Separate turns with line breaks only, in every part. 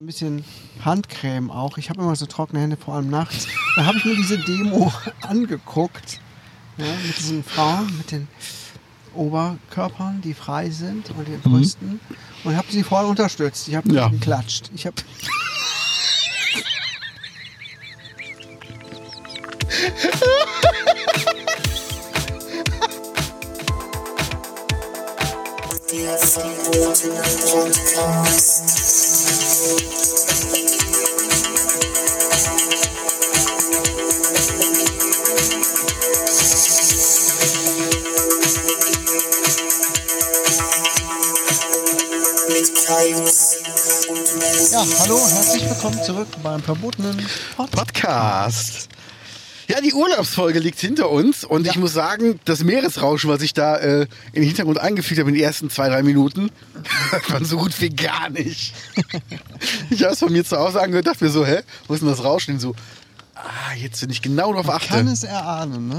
ein bisschen Handcreme auch. Ich habe immer so trockene Hände, vor allem nachts. Da habe ich mir diese Demo angeguckt. Ja, mit diesen Frauen, mit den Oberkörpern, die frei sind und den Brüsten. Und habe sie voll unterstützt. Ich habe
Ja.
geklatscht. Ich habe. Ja, hallo, herzlich willkommen zurück beim verbotenen Podcast.
Podcast. Ja, die Urlaubsfolge liegt hinter uns und ich muss sagen, das Meeresrauschen, was ich da äh, in den Hintergrund eingefügt habe in den ersten zwei, drei Minuten, hört man so gut wie gar nicht. ich habe es von mir zu Hause angehört, dachte mir so, hä, wo ist denn das Rauschen? Und so, ah, jetzt bin ich genau darauf
Kann
achte.
es erahnen, ne?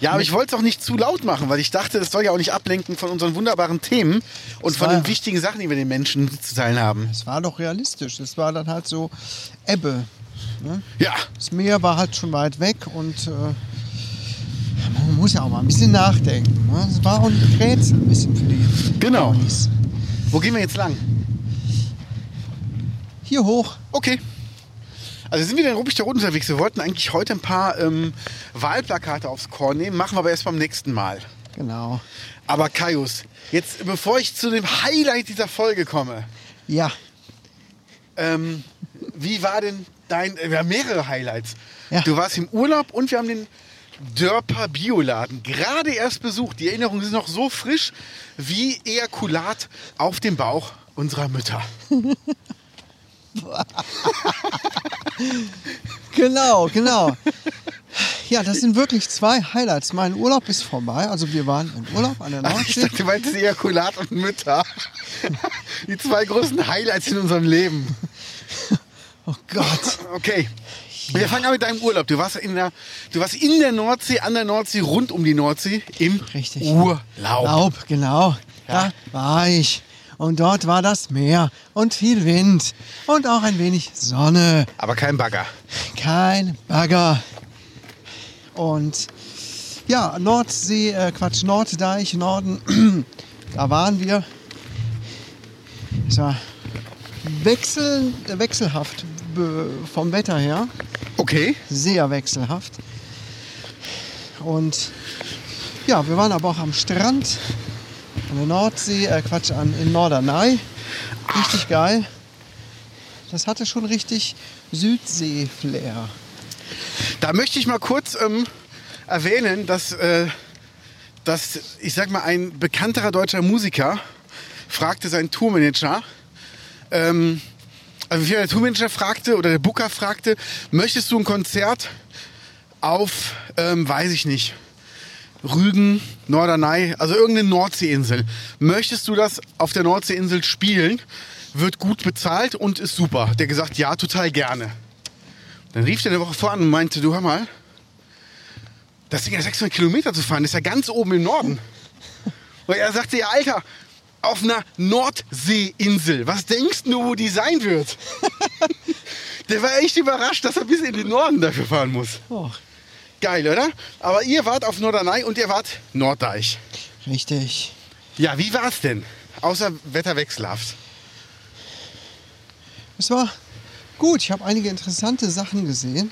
Ja, aber ich wollte es auch nicht zu laut machen, weil ich dachte, das soll ja auch nicht ablenken von unseren wunderbaren Themen und von
war-
den wichtigen Sachen, die wir den Menschen mitzuteilen haben.
Es war doch realistisch. Es war dann halt so Ebbe. Ne?
Ja,
Das Meer war halt schon weit weg und äh, man muss ja auch mal ein bisschen nachdenken. Ne? Es war auch ein Rätsel ein bisschen für die
Genau.
Ponys.
wo gehen wir jetzt lang?
Hier hoch.
Okay. Also sind wir denn ruppig der Rot unterwegs. Wir wollten eigentlich heute ein paar ähm, Wahlplakate aufs Korn nehmen, machen wir aber erst beim nächsten Mal.
Genau.
Aber Kaius, jetzt bevor ich zu dem Highlight dieser Folge komme,
Ja,
ähm, wie war denn dein, äh, wir haben mehrere Highlights.
Ja.
Du warst im Urlaub und wir haben den Dörper Bioladen gerade erst besucht. Die Erinnerungen sind noch so frisch wie Ejakulat auf dem Bauch unserer Mütter.
genau, genau. Ja, das sind wirklich zwei Highlights. Mein Urlaub ist vorbei. Also wir waren im Urlaub an der
Ich
Nordsee.
dachte, du meintest Ejakulat und Mütter. Die zwei größten Highlights in unserem Leben.
Oh Gott.
Okay. Wir fangen an mit deinem Urlaub. Du warst, in der, du warst in der Nordsee, an der Nordsee, rund um die Nordsee im
Richtig.
Urlaub.
Laub, genau.
Ja.
Da war ich. Und dort war das Meer und viel Wind und auch ein wenig Sonne.
Aber kein Bagger.
Kein Bagger. Und ja, Nordsee, äh, Quatsch, Norddeich, Norden, da waren wir. Es war wechselnd, äh, wechselhaft be- vom Wetter her,
Okay.
sehr wechselhaft. Und ja, wir waren aber auch am Strand, an der Nordsee, äh, Quatsch, an, in Norderney. Richtig geil. Das hatte schon richtig Südsee-Flair.
Da möchte ich mal kurz ähm, erwähnen, dass, äh, dass, ich sag mal, ein bekannterer deutscher Musiker fragte seinen Tourmanager, ähm, also der Tourmanager fragte oder der Booker fragte, möchtest du ein Konzert auf, ähm, weiß ich nicht, Rügen, Norderney, also irgendeine Nordseeinsel. Möchtest du das auf der Nordseeinsel spielen? Wird gut bezahlt und ist super. Der gesagt, ja, total gerne. Dann rief der eine Woche vor an und meinte, du hör mal, das Ding ja 600 Kilometer zu fahren, das ist ja ganz oben im Norden. Und er sagte, ja Alter, auf einer Nordseeinsel, was denkst du, wo die sein wird? der war echt überrascht, dass er bis in den Norden dafür fahren muss.
Oh,
Geil, oder? Aber ihr wart auf Norderney und ihr wart Norddeich.
richtig.
Ja, wie war's denn? Außer wetterwechselhaft.
Es war gut. Ich habe einige interessante Sachen gesehen.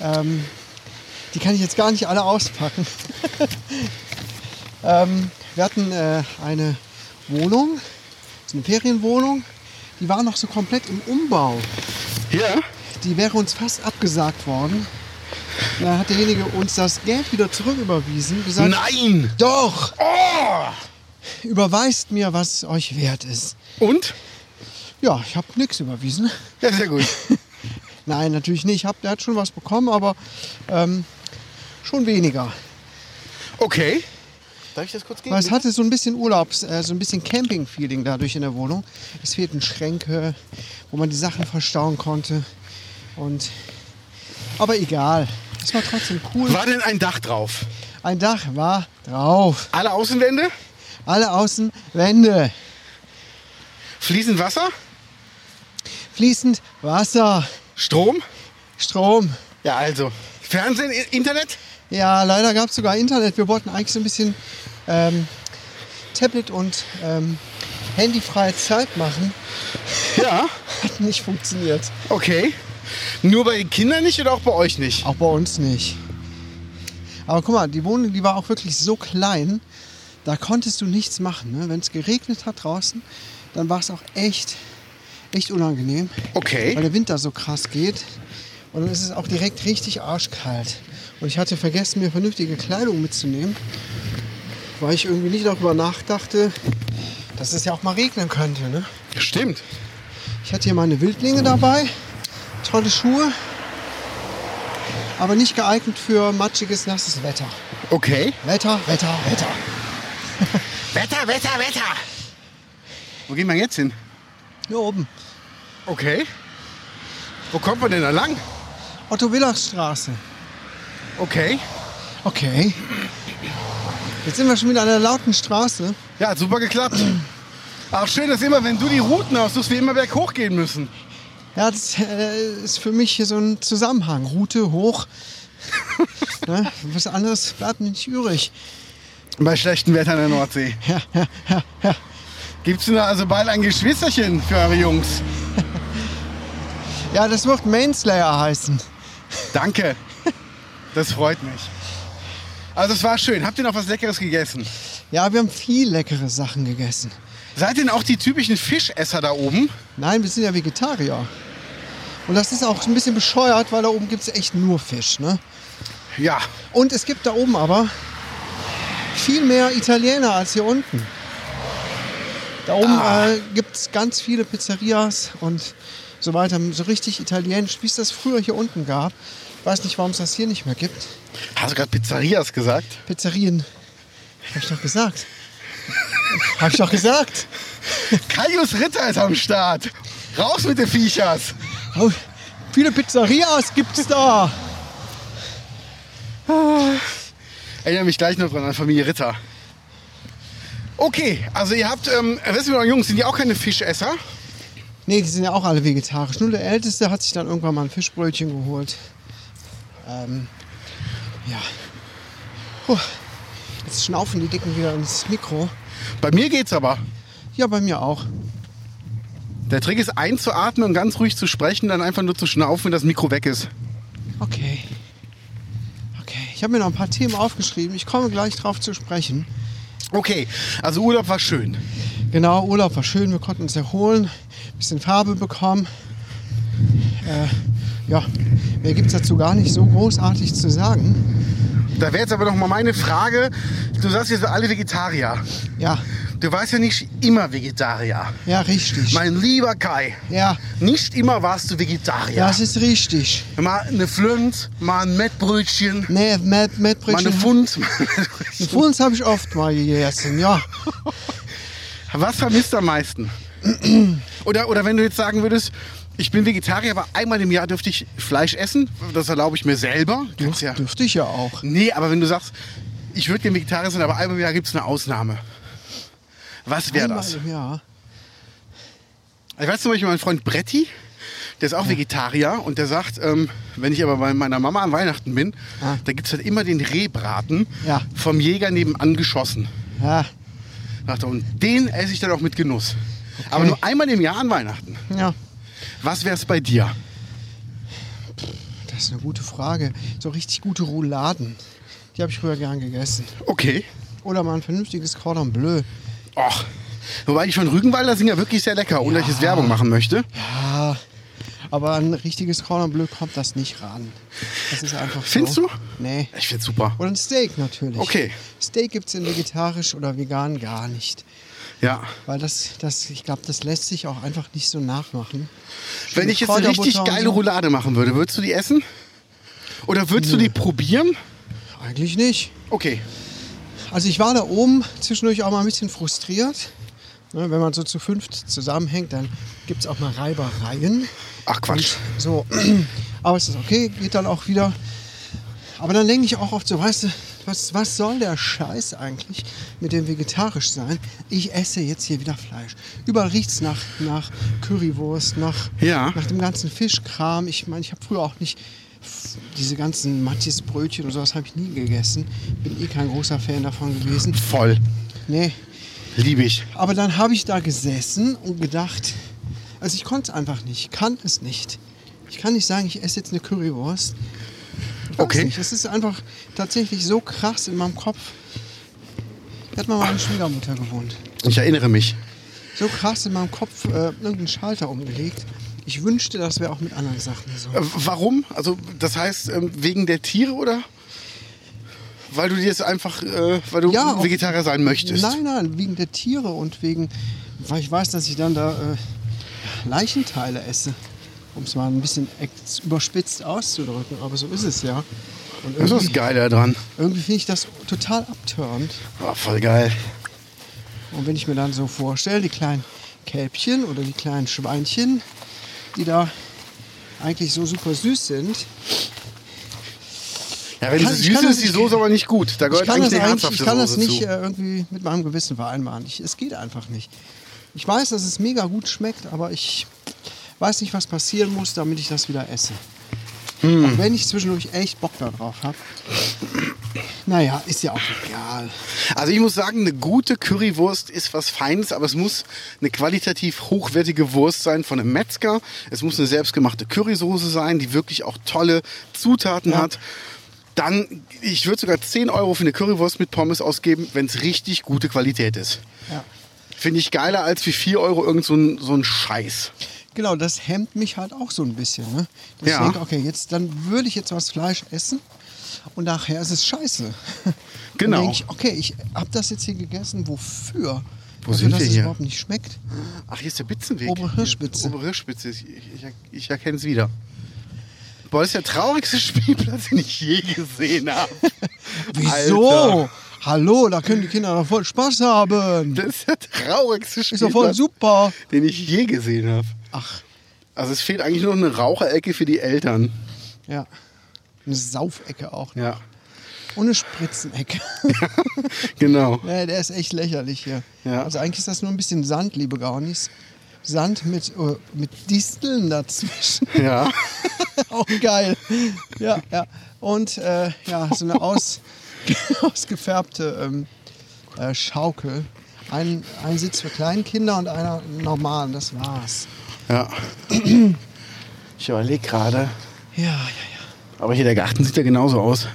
Ähm, die kann ich jetzt gar nicht alle auspacken. ähm, wir hatten äh, eine Wohnung, so eine Ferienwohnung. Die war noch so komplett im Umbau.
Ja.
Die wäre uns fast abgesagt worden. Da hat derjenige uns das Geld wieder zurücküberwiesen. Gesagt,
Nein!
doch,
Oh!
überweist mir, was euch wert ist.
Und?
Ja, ich habe nichts überwiesen.
Ja, sehr gut.
Nein, natürlich nicht. Hab, der hat schon was bekommen, aber ähm, schon weniger.
Okay. Darf ich das kurz geben?
Weil es hatte so ein bisschen Urlaubs-, äh, so ein bisschen Camping-Feeling dadurch in der Wohnung. Es fehlten Schränke, wo man die Sachen verstauen konnte. Und aber egal. Es war trotzdem cool.
War denn ein Dach drauf?
Ein Dach war drauf.
Alle Außenwände?
Alle Außenwände.
Fließend Wasser?
fließend Wasser,
Strom?
Strom.
Ja, also. Fernsehen, I- Internet?
Ja, leider gab es sogar Internet. Wir wollten eigentlich so ein bisschen ähm, Tablet- und ähm, handyfreie Zeit machen.
Ja.
Hat nicht funktioniert.
Okay. Nur bei den Kindern nicht oder auch bei euch nicht?
Auch bei uns nicht. Aber guck mal, die Wohnung, die war auch wirklich so klein, da konntest du nichts machen. Ne? Wenn es geregnet hat draußen, dann war es auch echt, echt unangenehm, weil
Okay.
der Winter so krass geht. Und dann ist es auch direkt richtig arschkalt. Und ich hatte vergessen, mir vernünftige Kleidung mitzunehmen, weil ich irgendwie nicht darüber nachdachte, dass es ja auch mal regnen könnte. Ne?
Stimmt.
Ich hatte hier meine Wildlinge dabei, tolle Schuhe, aber nicht geeignet für matschiges, nasses Wetter.
Okay.
Wetter, Wetter, Wetter.
Wetter, Wetter, Wetter. Wo gehen wir jetzt hin?
Hier oben,
Okay. Wo kommt man denn da lang?
Otto-Willach-Straße.
Okay.
Okay. Jetzt sind wir schon wieder an der lauten Straße.
Ja, hat super geklappt. Ach, schön, dass immer, wenn du die Routen aussuchst, wir immer berghoch gehen müssen.
Ja, das äh, ist für mich hier so ein Zusammenhang. Route hoch. ne? Was anderes bleibt mir nicht übrig.
Bei schlechtem Wetter an der Nordsee.
Ja, ja, ja, ja.
Gibt's denn da also bald ein Geschwisterchen für eure Jungs?
ja, das wird Mainslayer heißen.
Danke. Das freut mich. Also es war schön. Habt ihr noch was Leckeres gegessen?
Ja, wir haben viel leckere Sachen gegessen.
Seid denn auch die typischen Fischesser da oben?
Nein, wir sind ja Vegetarier. Und das ist auch ein bisschen bescheuert, weil da oben gibt es echt nur Fisch. Ne?
Ja.
Und es gibt da oben aber viel mehr Italiener als hier unten. Da oben äh, gibt es ganz viele Pizzerias und so weiter. So richtig italienisch, wie es das früher hier unten gab. Weiß nicht, warum es das hier nicht mehr gibt.
Hast du gerade Pizzerias gesagt?
Pizzerien. Hab ich doch gesagt. Hab ich doch gesagt.
Kaius Ritter ist am Start. Raus mit den Viechers.
Oh, viele Pizzerias gibt's da.
Erinnere mich gleich noch dran an Familie Ritter. Okay, also ihr habt, ähm, wissen wir noch, Jungs, sind die auch keine Fischesser?
Nee, die sind ja auch alle vegetarisch. Nur der Älteste hat sich dann irgendwann mal ein Fischbrötchen geholt. Ähm, ja. Puh. Jetzt schnaufen die Dicken wieder ins Mikro.
Bei mir geht's aber.
Ja, bei mir auch.
Der Trick ist einzuatmen und ganz ruhig zu sprechen, dann einfach nur zu schnaufen, wenn das Mikro weg ist.
Okay. Okay. Ich habe mir noch ein paar Themen aufgeschrieben. Ich komme gleich drauf zu sprechen.
Okay, also Urlaub war schön.
Genau, Urlaub war schön. Wir konnten uns erholen. Bisschen Farbe bekommen. Äh, ja, mehr gibt's dazu gar nicht so großartig zu sagen.
Da wäre jetzt aber noch mal meine Frage. Du sagst, wir sind alle Vegetarier.
Ja,
Du warst ja nicht immer Vegetarier.
ja, richtig.
Mein lieber Kai,
Ja,
nicht immer warst du Vegetarier.
das ist richtig.
Mal eine Flönt, mal ein Mettbrötchen,
Nee, Met,
mal eine
Mettbrötchen.
Pfund.
Eine Funs habe ich oft mal gegessen, ja.
Was vermisst du am meisten? Oder, oder wenn du jetzt sagen würdest, ich bin Vegetarier, aber einmal im Jahr dürfte ich Fleisch essen. Das erlaube ich mir selber. Kannst ja.
Dürfte ich ja auch.
Nee, aber wenn du sagst, ich würde gerne Vegetarier sein, aber einmal im Jahr gibt es eine Ausnahme. Was wäre
Einmal
das?
im Jahr.
Ich weiß zum Beispiel mein Freund Bretti, der ist auch Vegetarier und der sagt, ähm, wenn ich aber bei meiner Mama an Weihnachten bin,
Ah.
da gibt es halt immer den Rehbraten
Ja.
vom Jäger nebenan geschossen.
Ja,
Sagt er, und den esse ich dann auch mit Genuss. Aber nur einmal im Jahr an Weihnachten.
ja.
Was wäre es bei dir?
Das ist eine gute Frage. So richtig gute Rouladen. Die habe ich früher gern gegessen.
Okay.
Oder mal ein vernünftiges Cordon Bleu.
Och. Wobei die von Rügenwalder sind ja wirklich sehr lecker, ohne dass ich jetzt Werbung machen möchte.
Ja. Aber an ein richtiges Cordon Bleu kommt das nicht ran. Das ist einfach so.
Findest du?
Nee.
Ich finde super.
Oder ein Steak natürlich.
Okay.
Steak gibt es in vegetarisch oder vegan gar nicht.
Ja.
Weil das, das ich glaube, das lässt sich auch einfach nicht so nachmachen.
Wenn ich jetzt eine richtig
Kräuterbutter und
geile
so.
Roulade machen würde, würdest du die essen? Oder würdest du die probieren?
Eigentlich nicht.
Okay.
Also ich war da oben zwischendurch auch mal ein bisschen frustriert. Ne, wenn man so zu fünft zusammenhängt, dann gibt es auch mal Reibereien.
Ach Quatsch.
So, aber es ist okay, geht dann auch wieder. Aber dann denke ich auch oft so, weißt du, Was, was soll der Scheiß eigentlich mit dem vegetarisch sein? Ich esse jetzt hier wieder Fleisch. Überall riecht's nach, nach Currywurst, nach,
Ja.
nach dem ganzen Fischkram. Ich meine, ich habe früher auch nicht f- diese ganzen Matjes-Brötchen und sowas habe ich nie gegessen. Bin eh kein großer Fan davon gewesen.
Voll.
Nee,
Liebe ich.
aber dann habe ich da gesessen und gedacht, also ich konnte es einfach nicht, kann es nicht. Ich kann nicht sagen, ich esse jetzt eine Currywurst. Ich weiß
Okay.
Nicht. Es ist einfach tatsächlich so krass in meinem Kopf. Da hat mal meine Schwiegermutter gewohnt.
Ich erinnere mich.
So krass in meinem Kopf äh, irgendeinen Schalter umgelegt. Ich wünschte, das wäre auch mit anderen Sachen so.
Äh, Warum? Also das heißt ähm, wegen der Tiere oder? Weil du dir jetzt einfach, äh, weil du
Ja, auch-
Vegetarier sein möchtest.
Nein, nein, wegen der Tiere und wegen, weil ich weiß, dass ich dann da äh, Leichenteile esse. Um es mal ein bisschen ex- überspitzt auszudrücken, aber so ist es ja. Und
Das ist
irgendwie,
geil daran.
irgendwie finde ich das total abtörend.
Oh, voll geil.
Und wenn ich mir dann so vorstelle, die kleinen Kälbchen oder die kleinen Schweinchen, die da eigentlich so super süß sind,
Ja, wenn
Kann-
es
ich
süß
kann
ist,
das-
die Soße aber nicht gut. Da
ich
gehört
kann
eigentlich
das,
eine
eigentlich,
herzhafte
ich kann das
Soße
nicht
zu.
äh, irgendwie mit meinem Gewissen vereinbaren. Ich, es geht einfach nicht. Ich weiß, dass es mega gut schmeckt, aber ich weiß nicht, was passieren muss, damit ich das wieder esse.
Hm.
Auch wenn ich zwischendurch echt Bock darauf habe. Naja, ist ja auch egal.
Also ich muss sagen, eine gute Currywurst ist was Feines, aber es muss eine qualitativ hochwertige Wurst sein von einem Metzger. Es muss eine selbstgemachte Currysoße sein, die wirklich auch tolle Zutaten
Ja.
hat. Dann, ich würde sogar 10 Euro für eine Currywurst mit Pommes ausgeben, wenn es richtig gute Qualität ist.
Ja.
Finde ich geiler als wie 4 Euro irgend so ein, so ein Scheiß.
Genau, das hemmt mich halt auch so ein bisschen. Ne? Dass
Ja.
ich denke, okay, jetzt, dann würde ich jetzt was Fleisch essen und nachher ist es scheiße.
Genau.
Dann denke ich, okay, ich habe das jetzt hier gegessen, wofür?
Wo
Dafür,
sind
dass
wir
es
hier?
überhaupt nicht schmeckt.
Ach, hier ist der Bitzenweg.
Obere Hirschspitze.
Obere Hirschspitze. Ich, ich, ich erkenne es wieder. Boah, das ist der traurigste Spielplatz, den ich je gesehen habe.
Wieso?
Alter.
Hallo, da können die Kinder doch voll Spaß haben.
Das ist der traurigste
Ist doch voll
Spielplatz,
super.
den ich je gesehen habe.
Ach,
Also es fehlt eigentlich nur eine Raucherecke für die Eltern.
ja. Eine Saufecke auch. ne?
Ja,
Und eine Spritzenecke.
genau.
ja, der ist echt lächerlich hier.
Ja.
Also eigentlich ist das nur ein bisschen Sand, liebe Gaunis. Sand mit, äh, mit Disteln dazwischen.
Ja,
auch geil. Ja, ja. Und äh, ja, so eine aus, ausgefärbte ähm, äh, Schaukel. Ein, ein Sitz für Kleinkinder und einer normalen, das war's.
ja. Ich überlege gerade.
Ja, ja, ja.
Aber hier der Garten sieht ja genauso aus.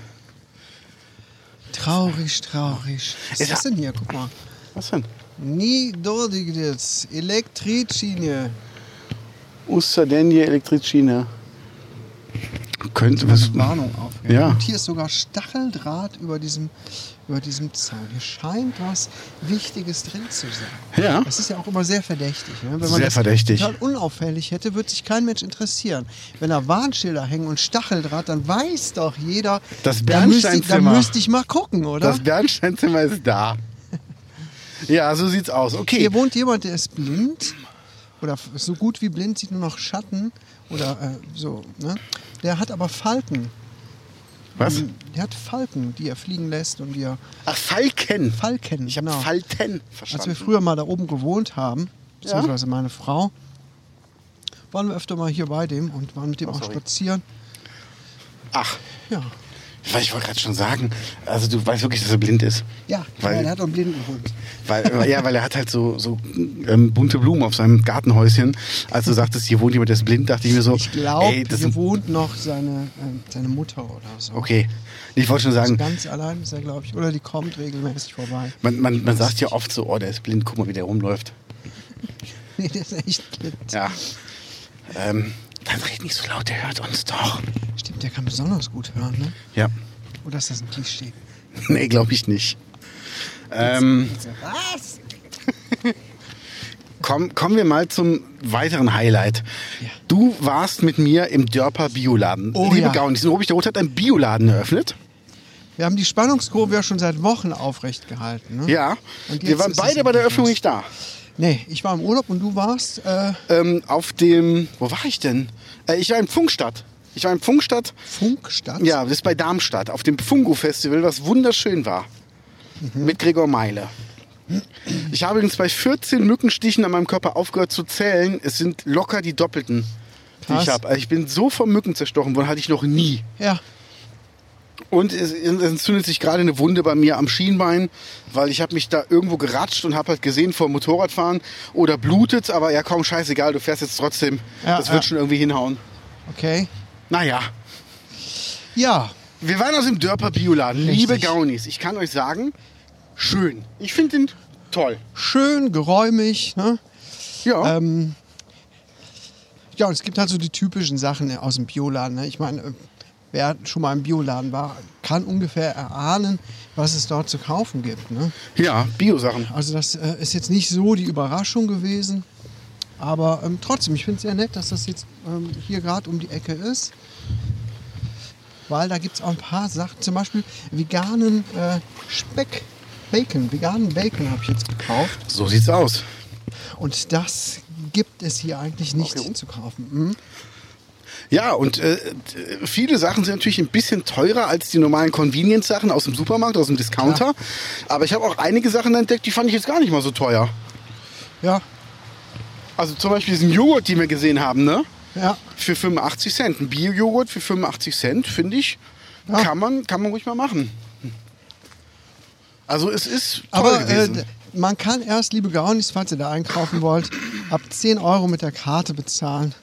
Traurig, traurig. Was
Ist
ist das denn hier? Guck mal.
Was denn?
Nidodigditz, Elektrizinie.
Usterdenje Elektrizine. Könnte was...
Warnung auf.
Ja.
Und hier ist sogar Stacheldraht über diesem, über diesem Zaun. Hier scheint was Wichtiges drin zu sein.
Ja.
Das ist ja auch immer sehr verdächtig. Ne? Wenn man
Sehr
das
verdächtig.
total unauffällig hätte, würde sich kein Mensch interessieren. Wenn da Warnschilder hängen und Stacheldraht, dann weiß doch jeder, da müsste, ich-
Das
da
Bernsteinzimmer.
müsste ich mal gucken, oder?
Das Bernsteinzimmer ist da. Ja, so sieht's aus. Okay.
Hier wohnt jemand, der ist blind oder f- so gut wie blind, sieht nur noch Schatten oder äh, so. Ne? Der hat aber Falken. Hm.
Was?
Der hat Falken, die er fliegen lässt und die er
Ach, Falken.
Falken.
Ich habe
genau.
Falten
Als wir
verstanden.
früher mal da oben gewohnt haben, beziehungsweise meine Frau, waren wir öfter mal hier bei dem und waren mit dem auch
Oh, sorry.
spazieren.
Ach,
Ja.
weil ich wollte gerade schon sagen, also du weißt wirklich, dass er blind ist.
Ja,
Weil-
ja, der hat auch einen blinden Hund.
Weil, ja, weil er hat halt so, so ähm, bunte Blumen auf seinem Gartenhäuschen. Als du sagtest, hier wohnt jemand, der ist blind, dachte ich mir so,
Ich glaube,
ey, das
hier
sind,
wohnt noch seine, ähm, seine Mutter oder so.
okay. Ich wollte schon
Also
sagen,
ganz allein ist er, glaube ich. Oder die kommt regelmäßig vorbei.
man, man, man sagt ja oft so, oh, der ist blind, guck mal, wie der rumläuft.
Nee, der ist echt blind.
Ja. Ähm, dann red nicht so laut, der hört uns doch.
Stimmt, der kann besonders gut hören, ne?
Ja.
Oder ist das ein Klischee?
Nee, glaube ich nicht. Ähm,
Was?
komm, kommen wir mal zum weiteren Highlight.
Ja.
Du warst mit mir im Dörper Bioladen.
Oh
Liebe
ja.
Gaunis, in Robichterholt hat einen Bioladen eröffnet.
Wir haben die Spannungskurve ja schon seit Wochen aufrecht gehalten, ne?
Ja.
Und
Wir
jetzt
waren
ist es
beide bei
endlich
der Eröffnung
was.
nicht da.
Nee, ich war im Urlaub und du warst äh,
Ähm, auf dem, wo war ich denn? Äh, ich war in Pfungstadt. Ich war in Pfungstadt.
Funkstadt?
Ja, das ist bei Darmstadt, auf dem Fungo-Festival, was wunderschön war.
Mhm.
Mit Gregor Meile. Ich habe übrigens bei 14 Mückenstichen an meinem Körper aufgehört zu zählen. Es sind locker die Doppelten, die
Krass.
ich habe. Also ich bin so von Mücken zerstochen worden, hatte ich noch nie.
Ja.
Und es entzündet sich gerade eine Wunde bei mir am Schienbein, weil ich habe mich da irgendwo geratscht und habe halt gesehen vor dem Motorradfahren oder blutet, aber ja komm, scheißegal, du fährst jetzt trotzdem.
Ja,
das wird
ja.
schon irgendwie hinhauen.
Okay.
Naja,
Ja.
wir waren aus dem Dörper Bioladen.
Richtig.
Liebe Gaunis, ich kann euch sagen, schön. Ich finde den toll.
Schön, geräumig. Ne?
Ja.
Ähm, ja, und es gibt halt so die typischen Sachen aus dem Bioladen. Ne? Ich meine, äh, wer schon mal im Bioladen war, kann ungefähr erahnen, was es dort zu kaufen gibt. Ne?
ja, Bio-Sachen.
Also das äh, ist jetzt nicht so die Überraschung gewesen. Aber ähm, trotzdem, ich finde es sehr nett, dass das jetzt ähm, hier gerade um die Ecke ist. Weil da gibt es auch ein paar Sachen, zum Beispiel veganen äh, Speck, Bacon, veganen Bacon habe ich jetzt gekauft.
So sieht's aus.
Und das gibt es hier eigentlich nicht
Okay.
zu kaufen. Mhm.
Ja, und äh, viele Sachen sind natürlich ein bisschen teurer als die normalen Convenience-Sachen aus dem Supermarkt, aus dem Discounter. Aber ich habe auch einige Sachen entdeckt, die fand ich jetzt gar nicht mal so teuer.
Ja,
Also zum Beispiel diesen Joghurt, den wir gesehen haben, ne?
ja,
Für 85 Cent. Ein Bio-Joghurt für 85 Cent, finde ich,
Ja.
kann, man, kann man ruhig mal machen. Also es ist toll
aber äh,
gewesen.
d- man kann erst, liebe Gaunis, falls ihr da einkaufen wollt, ab 10 Euro mit der Karte bezahlen.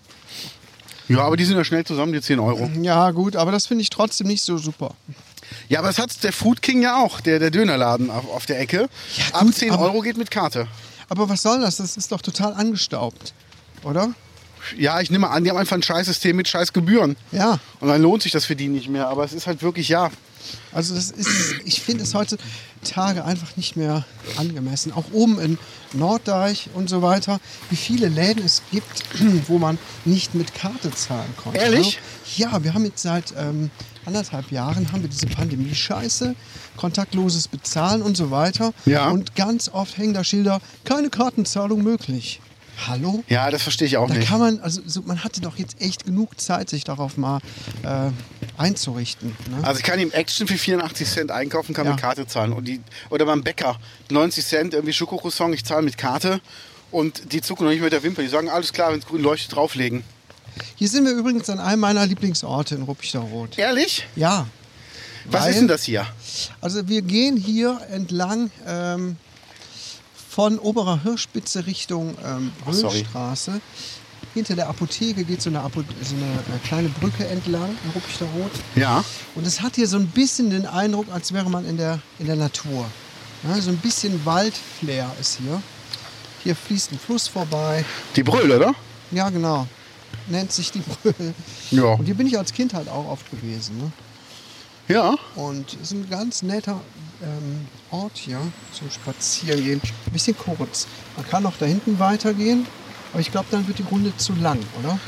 ja, aber die sind ja schnell zusammen, die 10 Euro.
Ja, gut, aber das finde ich trotzdem nicht so super.
Ja, aber das hat der Food King ja auch, der, der Dönerladen auf, auf der Ecke.
Ja,
Ab
gut,
10
aber-
Euro geht mit Karte.
Aber was soll das? Das ist doch total angestaubt, oder?
Ja, ich nehme an, die haben einfach ein Scheißsystem mit scheiß Gebühren.
Ja,
Und dann lohnt sich das für die nicht mehr. Aber es ist halt wirklich, ja.
also das ist, ich finde es heutzutage einfach nicht mehr angemessen. Auch oben in Norddeich und so weiter, wie viele Läden es gibt, wo man nicht mit Karte zahlen konnte. Also,
Ehrlich?
Ja, wir haben jetzt seit ähm, anderthalb Jahren haben wir diese Pandemie-Scheiße, kontaktloses Bezahlen und so weiter.
Ja.
Und ganz oft hängen da Schilder, keine Kartenzahlung möglich. Hallo?
Ja, das verstehe ich auch
Da
nicht.
kann man, also so, man hatte doch jetzt echt genug Zeit, sich darauf mal äh, einzurichten. Ne?
Also ich kann im Action für 84 Cent einkaufen, kann
Ja.
mit Karte zahlen. Und die, oder beim Bäcker 90 Cent, irgendwie Schokokroissant, ich zahle mit Karte. Und die zucken noch nicht mit der Wimper. Die sagen, alles klar, wenn es grün leuchtet, drauflegen.
Hier sind wir übrigens an einem meiner Lieblingsorte in Ruppichteroth.
Ehrlich?
Ja.
Was
Weil-
ist denn das hier?
Also wir gehen hier entlang ähm, von Oberer Hirschspitze Richtung ähm,
sorry.
Röhlstraße. Hinter der Apotheke geht so eine, Apo so eine äh, kleine Brücke entlang in Ruppichteroth.
Ja.
Und es hat hier so ein bisschen den Eindruck, als wäre man in der, in der Natur. Ja, so ein bisschen Waldflair ist hier. Hier fließt ein Fluss vorbei.
Die Brüll, oder?
Ja, genau. Nennt sich die Brühl.
Ja.
Und hier bin ich als Kind halt auch oft gewesen. Ne?
Ja.
Und es ist ein ganz netter ähm, Ort hier zum Spazierengehen. Ein bisschen kurz. Man kann auch da hinten weitergehen. Aber ich glaube, dann wird die Runde zu lang, oder?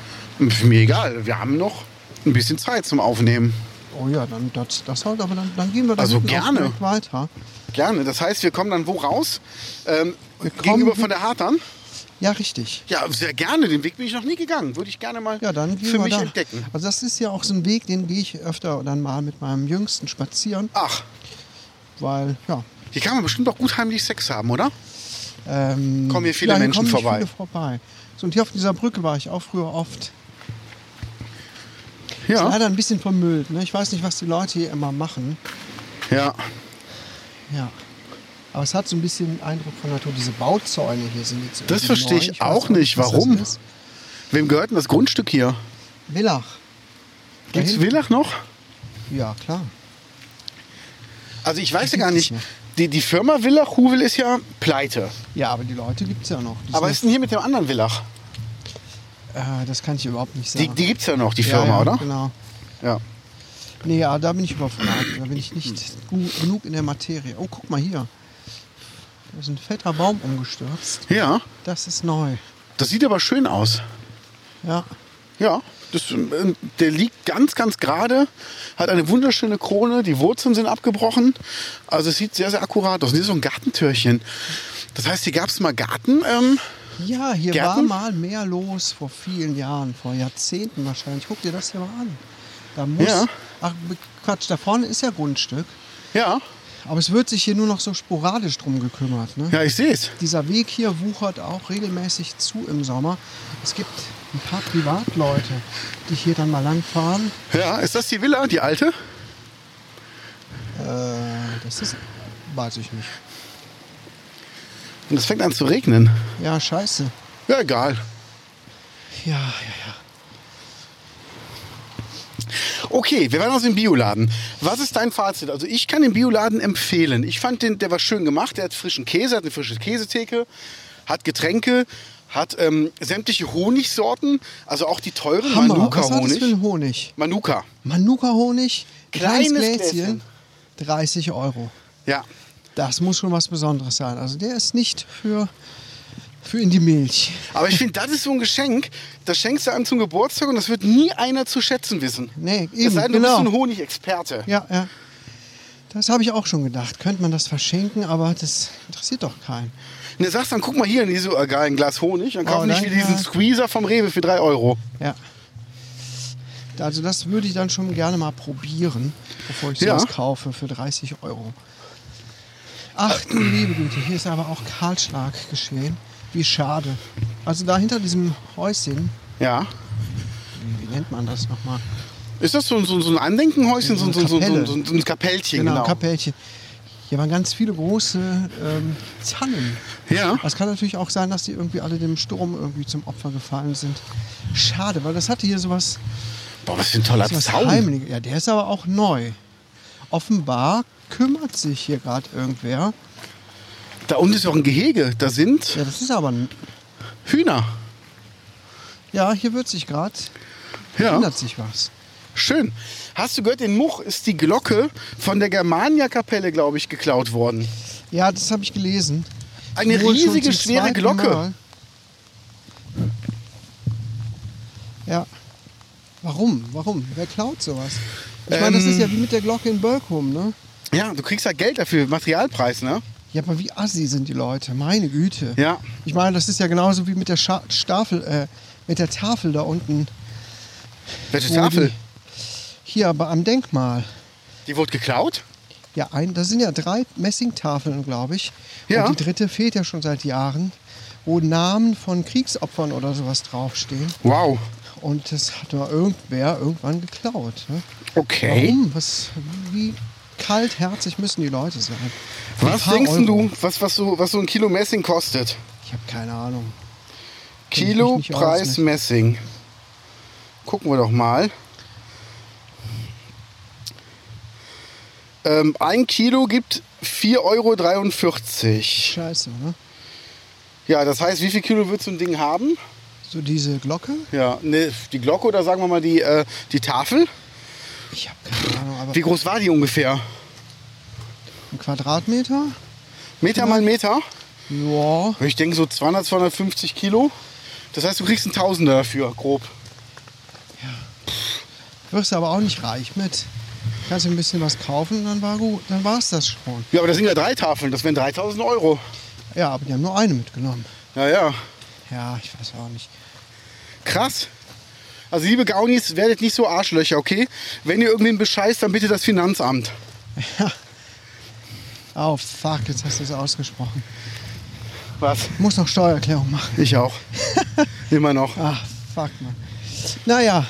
Pf, Mir egal, wir haben noch ein bisschen Zeit zum Aufnehmen.
Oh ja, dann das, das halt. Aber dann, dann gehen wir da
Also
hinten auch
gerne.
direkt weiter.
Gerne. Das heißt, wir kommen dann wo raus? Ähm,
Wir kommen-
gegenüber von der Hartern?
Ja, richtig.
Ja, sehr gerne. Den Weg bin ich noch nie gegangen. Würde ich gerne mal
Ja, dann gehen
für
wir
mich
da.
entdecken.
Also das ist ja auch so ein Weg, den gehe ich öfter dann mal mit meinem Jüngsten spazieren,
Ach,
weil ja.
hier kann man bestimmt auch gut heimlich Sex haben, oder?
Ähm,
Kommen hier viele
ja,
Menschen
kommen nicht
vorbei.
Viele vorbei. So, und hier auf dieser Brücke war ich auch früher oft. Ist leider ein bisschen vermüllt. Ne? Ich weiß nicht, was die Leute hier immer machen.
Ja.
Ja. Aber es hat so ein bisschen Eindruck von Natur. Diese Bauzäune hier sind jetzt.
Das
irgendwie
verstehe
neu.
ich
weiß
auch nicht.
was das
Warum?
ist.
Wem gehört denn das Grundstück hier?
Villach. Da
Gibt's
hinten.
Villach noch?
Ja, klar.
Also ich weiß ja
Die
gar
gibt's
nicht. Die, die Firma Villach Huvel ist ja pleite.
Ja, aber die Leute gibt es ja noch. Die
Aber was ist
sind,
denn hier mit dem anderen Villach?
äh, das kann ich überhaupt nicht
Die,
sagen.
die gibt's ja noch, die
ja,
Firma,
ja,
oder?
Genau.
Ja.
Nee, ja, da bin ich überfragt. Da bin ich nicht gu- genug in der Materie. Oh, guck mal hier. Da ist ein fetter Baum umgestürzt.
Ja.
Das ist neu.
Das sieht aber schön aus.
Ja.
Ja. Das, ähm, der liegt ganz, ganz gerade, hat eine wunderschöne Krone, die Wurzeln sind abgebrochen. Also es sieht sehr, sehr akkurat aus. Und hier ist so ein Gartentürchen. Das heißt, hier gab's mal Garten. Ähm,
Ja, hier
Gärten?
war mal mehr los vor vielen Jahren, vor Jahrzehnten wahrscheinlich. Guck dir das hier mal an. Da muss.
Ja.
Ach, Quatsch, da vorne ist ja Grundstück.
Ja,
Aber es wird sich hier nur noch so sporadisch drum gekümmert. Ne?
ja, ich sehe es.
Dieser Weg hier wuchert auch regelmäßig zu im Sommer. Es gibt ein paar Privatleute, die hier dann mal langfahren.
Ja, ist das die Villa, die alte?
Äh, das ist. weiß ich nicht.
Und es fängt an zu regnen.
Ja, scheiße.
Ja, egal.
Ja, ja, ja.
Okay, wir waren aus dem Bioladen. Was ist dein Fazit? Also ich kann den Bioladen empfehlen. Ich fand den, der war schön gemacht. Der hat frischen Käse, hat eine frische Käsetheke, hat Getränke, hat ähm, sämtliche Honigsorten, also auch die teuren
Hammer, was war das für
Manuka-Honig.
ein Honig?
Manuka,
Manuka-Honig, kleines,
Kleines
Gläschen, 30 Euro.
ja.
Das muss schon was Besonderes sein. Also der ist nicht für, für in die Milch.
Aber ich finde, das ist so ein Geschenk, das schenkst du einem zum Geburtstag und das wird nie einer zu schätzen wissen.
Nee, eben,
es sei denn, du
genau.
bist so ein Honigexperte.
Ja, ja. Das habe ich auch schon gedacht. Könnte man das verschenken, aber das interessiert doch keinen.
Und du sagst dann, guck mal hier, in diese, äh, geil, ein Glas Honig, dann kauf
Oh,
nicht wie
danke.
diesen Squeezer vom Rewe für 3 Euro.
Ja. Also das würde ich dann schon gerne mal probieren, bevor ich
Ja.
sowas kaufe für 30 Euro. Ach du liebe Güte, hier ist aber auch Kahlschlag geschehen. Wie schade. Also da hinter diesem Häuschen,
Ja.
wie nennt man das nochmal?
Ist das so, so, so ein Andenkenhäuschen, so, so,
So eine Kapelle.
so, so, so, so ein Kapellchen?
Genau,
Genau.
Kapellchen. Hier waren ganz viele große ähm, Tannen.
Ja.
Es kann natürlich auch sein, dass die irgendwie alle dem Sturm irgendwie zum Opfer gefallen sind. Schade, weil das hatte hier sowas,
Boah, was für ein toller
sowas
Zaun.
Heimliches. Ja, der ist aber auch neu. Offenbar kümmert sich hier gerade irgendwer.
Da unten ist auch ein Gehege, da sind
Ja, das ist aber. ein-
Hühner.
Ja, hier wird sich gerade.
Ja,
Ändert sich was.
schön. Hast du gehört, in Much ist die Glocke von der Germania-Kapelle, glaube ich, geklaut worden.
Ja, das habe ich gelesen.
Eine
Wohl schon
riesige,
zum
schwere
zweiten
Glocke.
Mal. Ja. Warum? Warum? Wer klaut sowas? Ich meine, das
Ähm.
ist ja wie mit der Glocke in Birkum, ne?
Ja, du kriegst ja Geld dafür, Materialpreis, ne?
Ja, aber wie assi sind die Leute, meine Güte.
Ja.
Ich meine, das ist ja genauso wie mit der Scha Staffel, äh, mit der Tafel da unten.
Welche
wo
Tafel?
Oh, die- Hier aber am Denkmal.
Die wurde geklaut?
Ja, ein, das sind ja drei Messingtafeln, glaube ich.
Ja.
Und die dritte fehlt ja schon seit Jahren, wo Namen von Kriegsopfern oder sowas draufstehen.
Wow.
Und das hat mal irgendwer irgendwann geklaut. Ne?
Okay.
Warum? Was, wie kaltherzig müssen die Leute sein? Für ein
Was
paar
denkst denn
Euro.
du, was, was, so, was so ein Kilo Messing kostet?
Ich habe keine Ahnung. Kenn ich mich
Kilo
nicht aus ne?
Preis
mit.
Messing. Gucken wir doch mal. Ähm, ein Kilo gibt 4,43 Euro.
Scheiße, ne?
Ja, das heißt, wie viel Kilo wird so ein Ding haben?
So diese Glocke?
Ja, ne, die Glocke oder sagen wir mal die, äh, die Tafel.
Ich habe keine Ahnung, aber
Wie groß war die ungefähr?
ein Quadratmeter?
Meter mal Meter?
Ja,
Ich denke so 200, 250 Kilo. Das heißt, du kriegst einen Tausender dafür, grob.
wirst aber auch nicht reich mit. Kannst du ein bisschen was kaufen und dann war gut, dann war es das schon.
Ja, aber das sind ja drei Tafeln, das wären 3000 Euro.
Ja, aber die haben nur eine mitgenommen.
Naja,
Ja, ich weiß auch nicht.
Krass. Also liebe Gaunis, werdet nicht so Arschlöcher, okay? Wenn ihr irgendwen bescheißt, dann bitte das Finanzamt.
Oh fuck, jetzt hast du es ausgesprochen.
Was?
Muss noch Steuererklärung machen.
Ich auch. Immer noch.
Ach, fuck, Mann. Naja,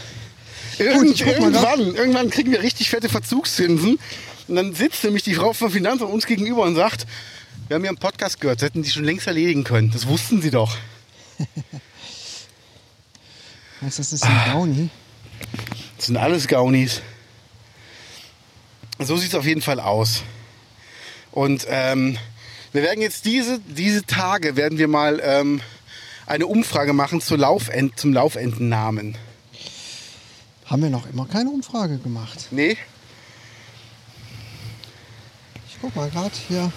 Irgend,
ich guck mal
irgendwann, irgendwann kriegen wir richtig fette Verzugszinsen. Und dann sitzt nämlich die Frau vom Finanzamt uns gegenüber und sagt, wir haben ja einen Podcast gehört, das hätten die schon längst erledigen können. Das wussten sie doch.
meinst du, das ist
Ah.
ein Brownie?
Das sind alles Gaunis. So sieht es auf jeden Fall aus. Und ähm, wir werden jetzt diese, diese Tage werden wir mal ähm, eine Umfrage machen zur Laufend, zum Laufentennamen.
Haben wir noch immer keine Umfrage gemacht.
Nee?
Ich guck mal gerade hier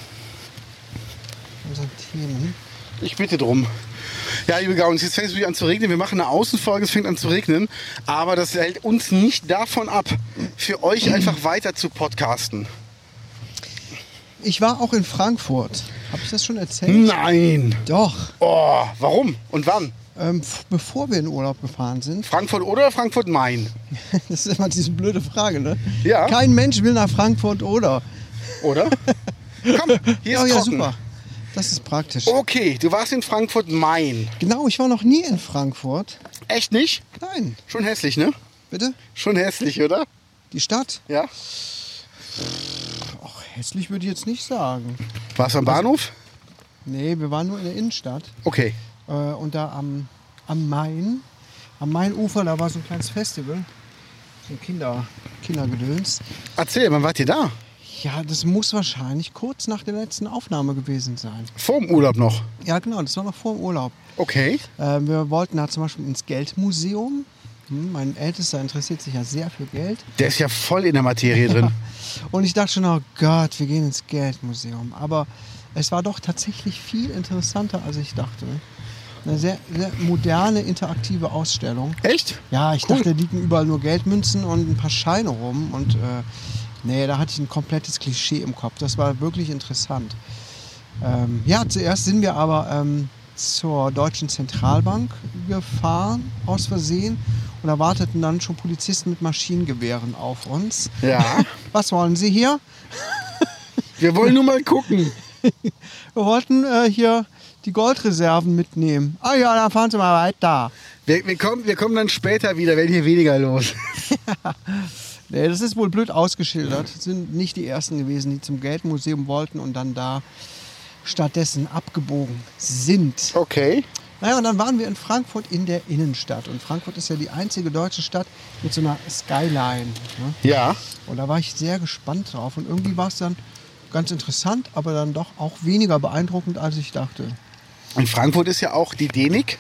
unsere Themen.
Ich bitte drum. Ja, liebe Gaunis, jetzt fängt es wieder an zu regnen. Wir machen eine Außenfolge, es fängt an zu regnen. Aber das hält uns nicht davon ab, für euch einfach weiter zu podcasten.
Ich war auch in Frankfurt. Habe ich das schon
Hm.
erzählt?
Nein!
Doch.
Oh, warum und wann?
Ähm, f- bevor wir in Urlaub gefahren sind,
Frankfurt oder Frankfurt Main?
das ist immer diese blöde Frage, ne?
Ja.
Kein Mensch will nach Frankfurt oder.
Oder? Komm, hier ist
ja, ja,
trocken.
super. Das ist praktisch.
Okay, du warst in Frankfurt Main.
Genau, ich war noch nie in Frankfurt.
Echt nicht?
Nein,
Schon hässlich, ne?
bitte?
Schon hässlich, oder?
Die Stadt?
Ja.
Och, Oh, hässlich würde ich jetzt nicht sagen.
Warst du am Bahnhof?
Nee, wir waren nur in der Innenstadt.
Okay.
Äh, und da am, am Main, am Mainufer, da war so ein kleines Festival. So ein Kinder, Kindergedöns.
Erzähl, wann wart ihr da?
Ja, das muss wahrscheinlich kurz nach der letzten Aufnahme gewesen sein.
Vorm Urlaub noch.
Ja, genau, das war noch vor dem Urlaub.
Okay.
Äh, wir wollten da zum Beispiel ins Geldmuseum. Hm, mein Ältester interessiert sich ja sehr für Geld.
Der ist ja voll in der Materie drin.
Und ich dachte schon, oh Gott, wir gehen ins Geldmuseum. Aber es war doch tatsächlich viel interessanter, als ich dachte. Eine sehr, sehr moderne, interaktive Ausstellung.
Echt?
Ja, ich
Cool.
dachte, da liegen überall nur Geldmünzen und ein paar Scheine rum. Und äh, nee, da hatte ich ein komplettes Klischee im Kopf. Das war wirklich interessant. Ähm, ja, zuerst sind wir aber ähm, zur Deutschen Zentralbank gefahren, aus Versehen. Und da warteten dann schon Polizisten mit Maschinengewehren auf uns.
Ja.
Was wollen Sie hier?
Wir wollen nur mal gucken.
Wir wollten äh, hier die Goldreserven mitnehmen. Ah ja, dann fahren Sie mal weiter.
Wir, wir, kommen, wir kommen dann später wieder, wenn hier weniger los.
Nee, das ist wohl blöd ausgeschildert. Es sind nicht die ersten gewesen, die zum Geldmuseum wollten und dann da stattdessen abgebogen sind.
Okay.
Naja, und dann waren wir in Frankfurt in der Innenstadt. Und Frankfurt ist ja die einzige deutsche Stadt mit so einer Skyline. Ne?
Ja.
Und da war ich sehr gespannt drauf. Und irgendwie war es dann ganz interessant, aber dann doch auch weniger beeindruckend, als ich dachte.
In Frankfurt ist ja auch die DENIC,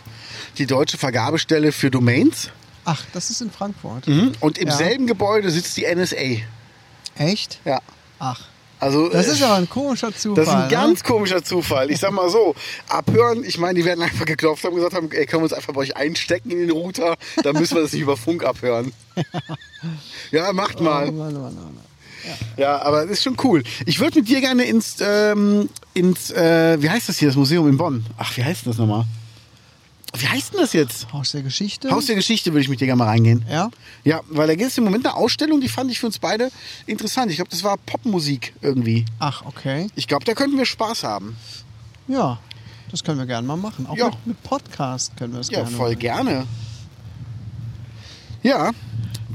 die deutsche Vergabestelle für Domains.
Ach, das ist in Frankfurt.
Und im
Ja.
selben Gebäude sitzt die NSA.
Echt?
Ja.
Ach,
Also,
das
äh,
ist aber ein komischer Zufall.
das ist ein
ne?
ganz komischer Zufall. Ich sag mal so, abhören, ich meine, die werden einfach geklopft haben gesagt haben, ey, können wir uns einfach bei euch einstecken in den Router, dann müssen wir das nicht über Funk abhören. Ja, macht
Oh,
mal.
Mann, Mann, Mann, Mann.
Ja, aber das ist schon cool. Ich würde mit dir gerne ins, ähm, ins äh, wie heißt das hier, das Museum in Bonn? Ach, wie heißt denn das nochmal? Wie heißt denn das jetzt?
Haus der Geschichte.
Haus der Geschichte würde ich mit dir gerne mal reingehen.
Ja?
Ja, weil da gibt es im Moment eine Ausstellung, die fand ich für uns beide interessant. Ich glaube, das war Popmusik irgendwie.
Ach, okay.
Ich glaube, da könnten wir Spaß haben.
Ja, das können wir gerne mal machen. Auch
Ja.
mit, mit Podcast können wir das
Ja,
gerne
voll
machen.
gerne. Ja,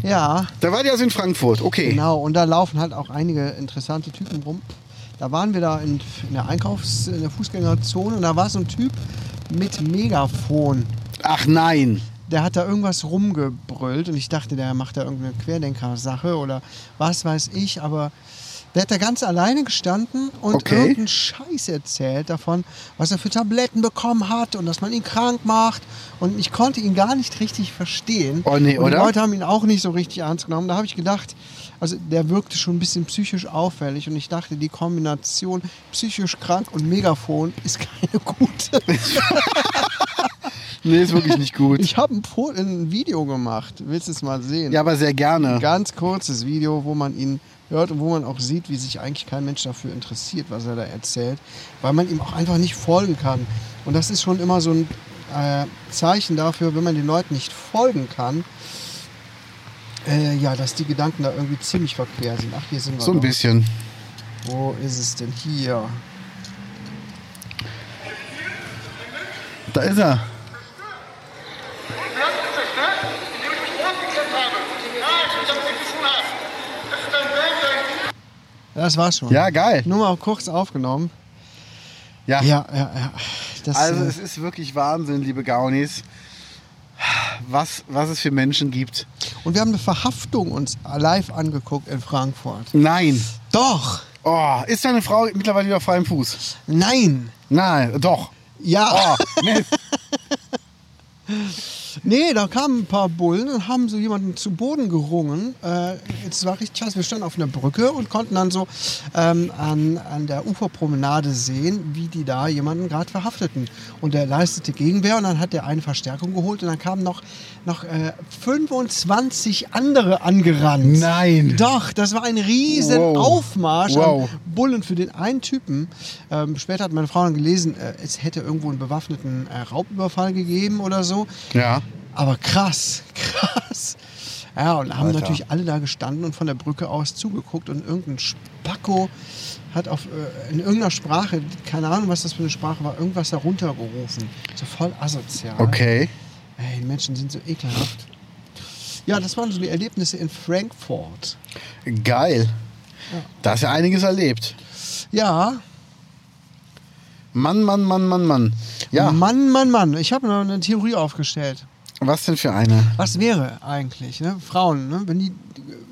Ja,
da war die also in Frankfurt. Okay.
genau. Und da laufen halt auch einige interessante Typen rum. Da waren wir da in, in der Einkaufs-, in der Fußgängerzone und da war so ein Typ mit Megafon.
Ach nein.
Der hat da irgendwas rumgebrüllt und ich dachte, der macht da irgendeine Querdenker-Sache oder was weiß ich, aber der hat da ganz alleine gestanden und
Okay.
irgendeinen Scheiß erzählt davon, was er für Tabletten bekommen hat und dass man ihn krank macht und ich konnte ihn gar nicht richtig verstehen.
Oh nee,
und
oder?
Die Leute haben ihn auch nicht so richtig ernst genommen. Da habe ich gedacht, also der wirkte schon ein bisschen psychisch auffällig und ich dachte, die Kombination psychisch krank und Megafon ist keine gute.
Nee, ist wirklich nicht gut.
Ich habe ein, Po- ein Video gemacht. Willst du es mal sehen?
ja, aber sehr
Ein
gerne.
ganz kurzes Video, wo man ihn hört und wo man auch sieht, wie sich eigentlich kein Mensch dafür interessiert, was er da erzählt, weil man ihm auch einfach nicht folgen kann. Und das ist schon immer so ein äh, Zeichen dafür, wenn man den Leuten nicht folgen kann, äh, ja, dass die Gedanken da irgendwie ziemlich verquer sind. Ach, hier sind wir.
So ein
doch.
bisschen.
Wo ist es denn hier?
Da ist er.
Du hast mich zerstört, indem ich mich ausgeklemmt habe. Ja, ich will damit nichts zu tun haben. Das ist dein Welt, dein
Das war's schon.
Ja, geil.
Nur mal kurz aufgenommen.
Ja.
Ja, ja, ja. Das,
Also
äh,
es ist wirklich Wahnsinn, liebe Gaunis, was, was es für Menschen gibt.
Und wir haben eine Verhaftung uns live angeguckt in Frankfurt.
Nein.
Doch!
Oh, ist deine Frau mittlerweile wieder auf freiem Fuß?
Nein!
Nein, doch.
Ja!
Oh, Mist.
Nee, da kamen ein paar Bullen und haben so jemanden zu Boden gerungen. Äh, jetzt war richtig scheiße. Wir standen auf einer Brücke und konnten dann so ähm, an, an der Uferpromenade sehen, wie die da jemanden gerade verhafteten. Und der leistete Gegenwehr und dann hat der eine Verstärkung geholt und dann kamen noch, noch äh, 25 andere angerannt.
Nein.
Doch, das war ein riesen
Wow.
Aufmarsch
Wow.
an Bullen für den einen Typen. Ähm, später hat meine Frau dann gelesen, äh, es hätte irgendwo einen bewaffneten äh, Raubüberfall gegeben oder so.
Ja.
Aber krass, krass. Ja, und haben
Alter.
natürlich alle da gestanden und von der Brücke aus zugeguckt und irgendein Spacko hat auf, äh, in irgendeiner Sprache, keine Ahnung, was das für eine Sprache war, irgendwas heruntergerufen. So voll asozial.
Okay.
Ey, die Menschen sind so ekelhaft. Ja, das waren so die Erlebnisse in Frankfurt.
Geil. Da hast du einiges erlebt.
Ja,
Mann, Mann, Mann, Mann, Mann. Ja,
Mann, Mann, Mann. Ich habe noch eine Theorie aufgestellt.
was denn für eine?
Was wäre eigentlich, ne? Frauen, ne? wenn die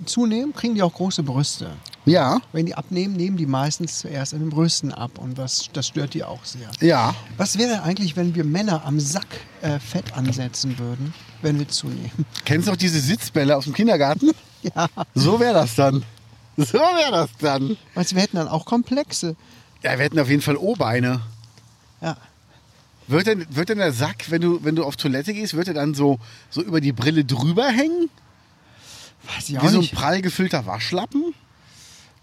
zunehmen, kriegen die auch große Brüste.
Ja,
Wenn die abnehmen, nehmen die meistens zuerst an den Brüsten ab und was, das stört die auch sehr.
ja.
Was wäre eigentlich, wenn wir Männer am Sack äh, Fett ansetzen würden, wenn wir zunehmen?
Kennst du noch diese Sitzbälle aus dem Kindergarten?
Ja,
So wäre das dann. So wäre das dann.
weißt du, wir hätten dann auch Komplexe.
Ja, wir hätten auf jeden Fall O-Beine.
Ja.
Wird denn, wird denn der Sack, wenn du, wenn du auf Toilette gehst, wird er dann so, so über die Brille drüber hängen?
Weiß ich
Wie
auch
so ein
nicht.
prall gefüllter Waschlappen?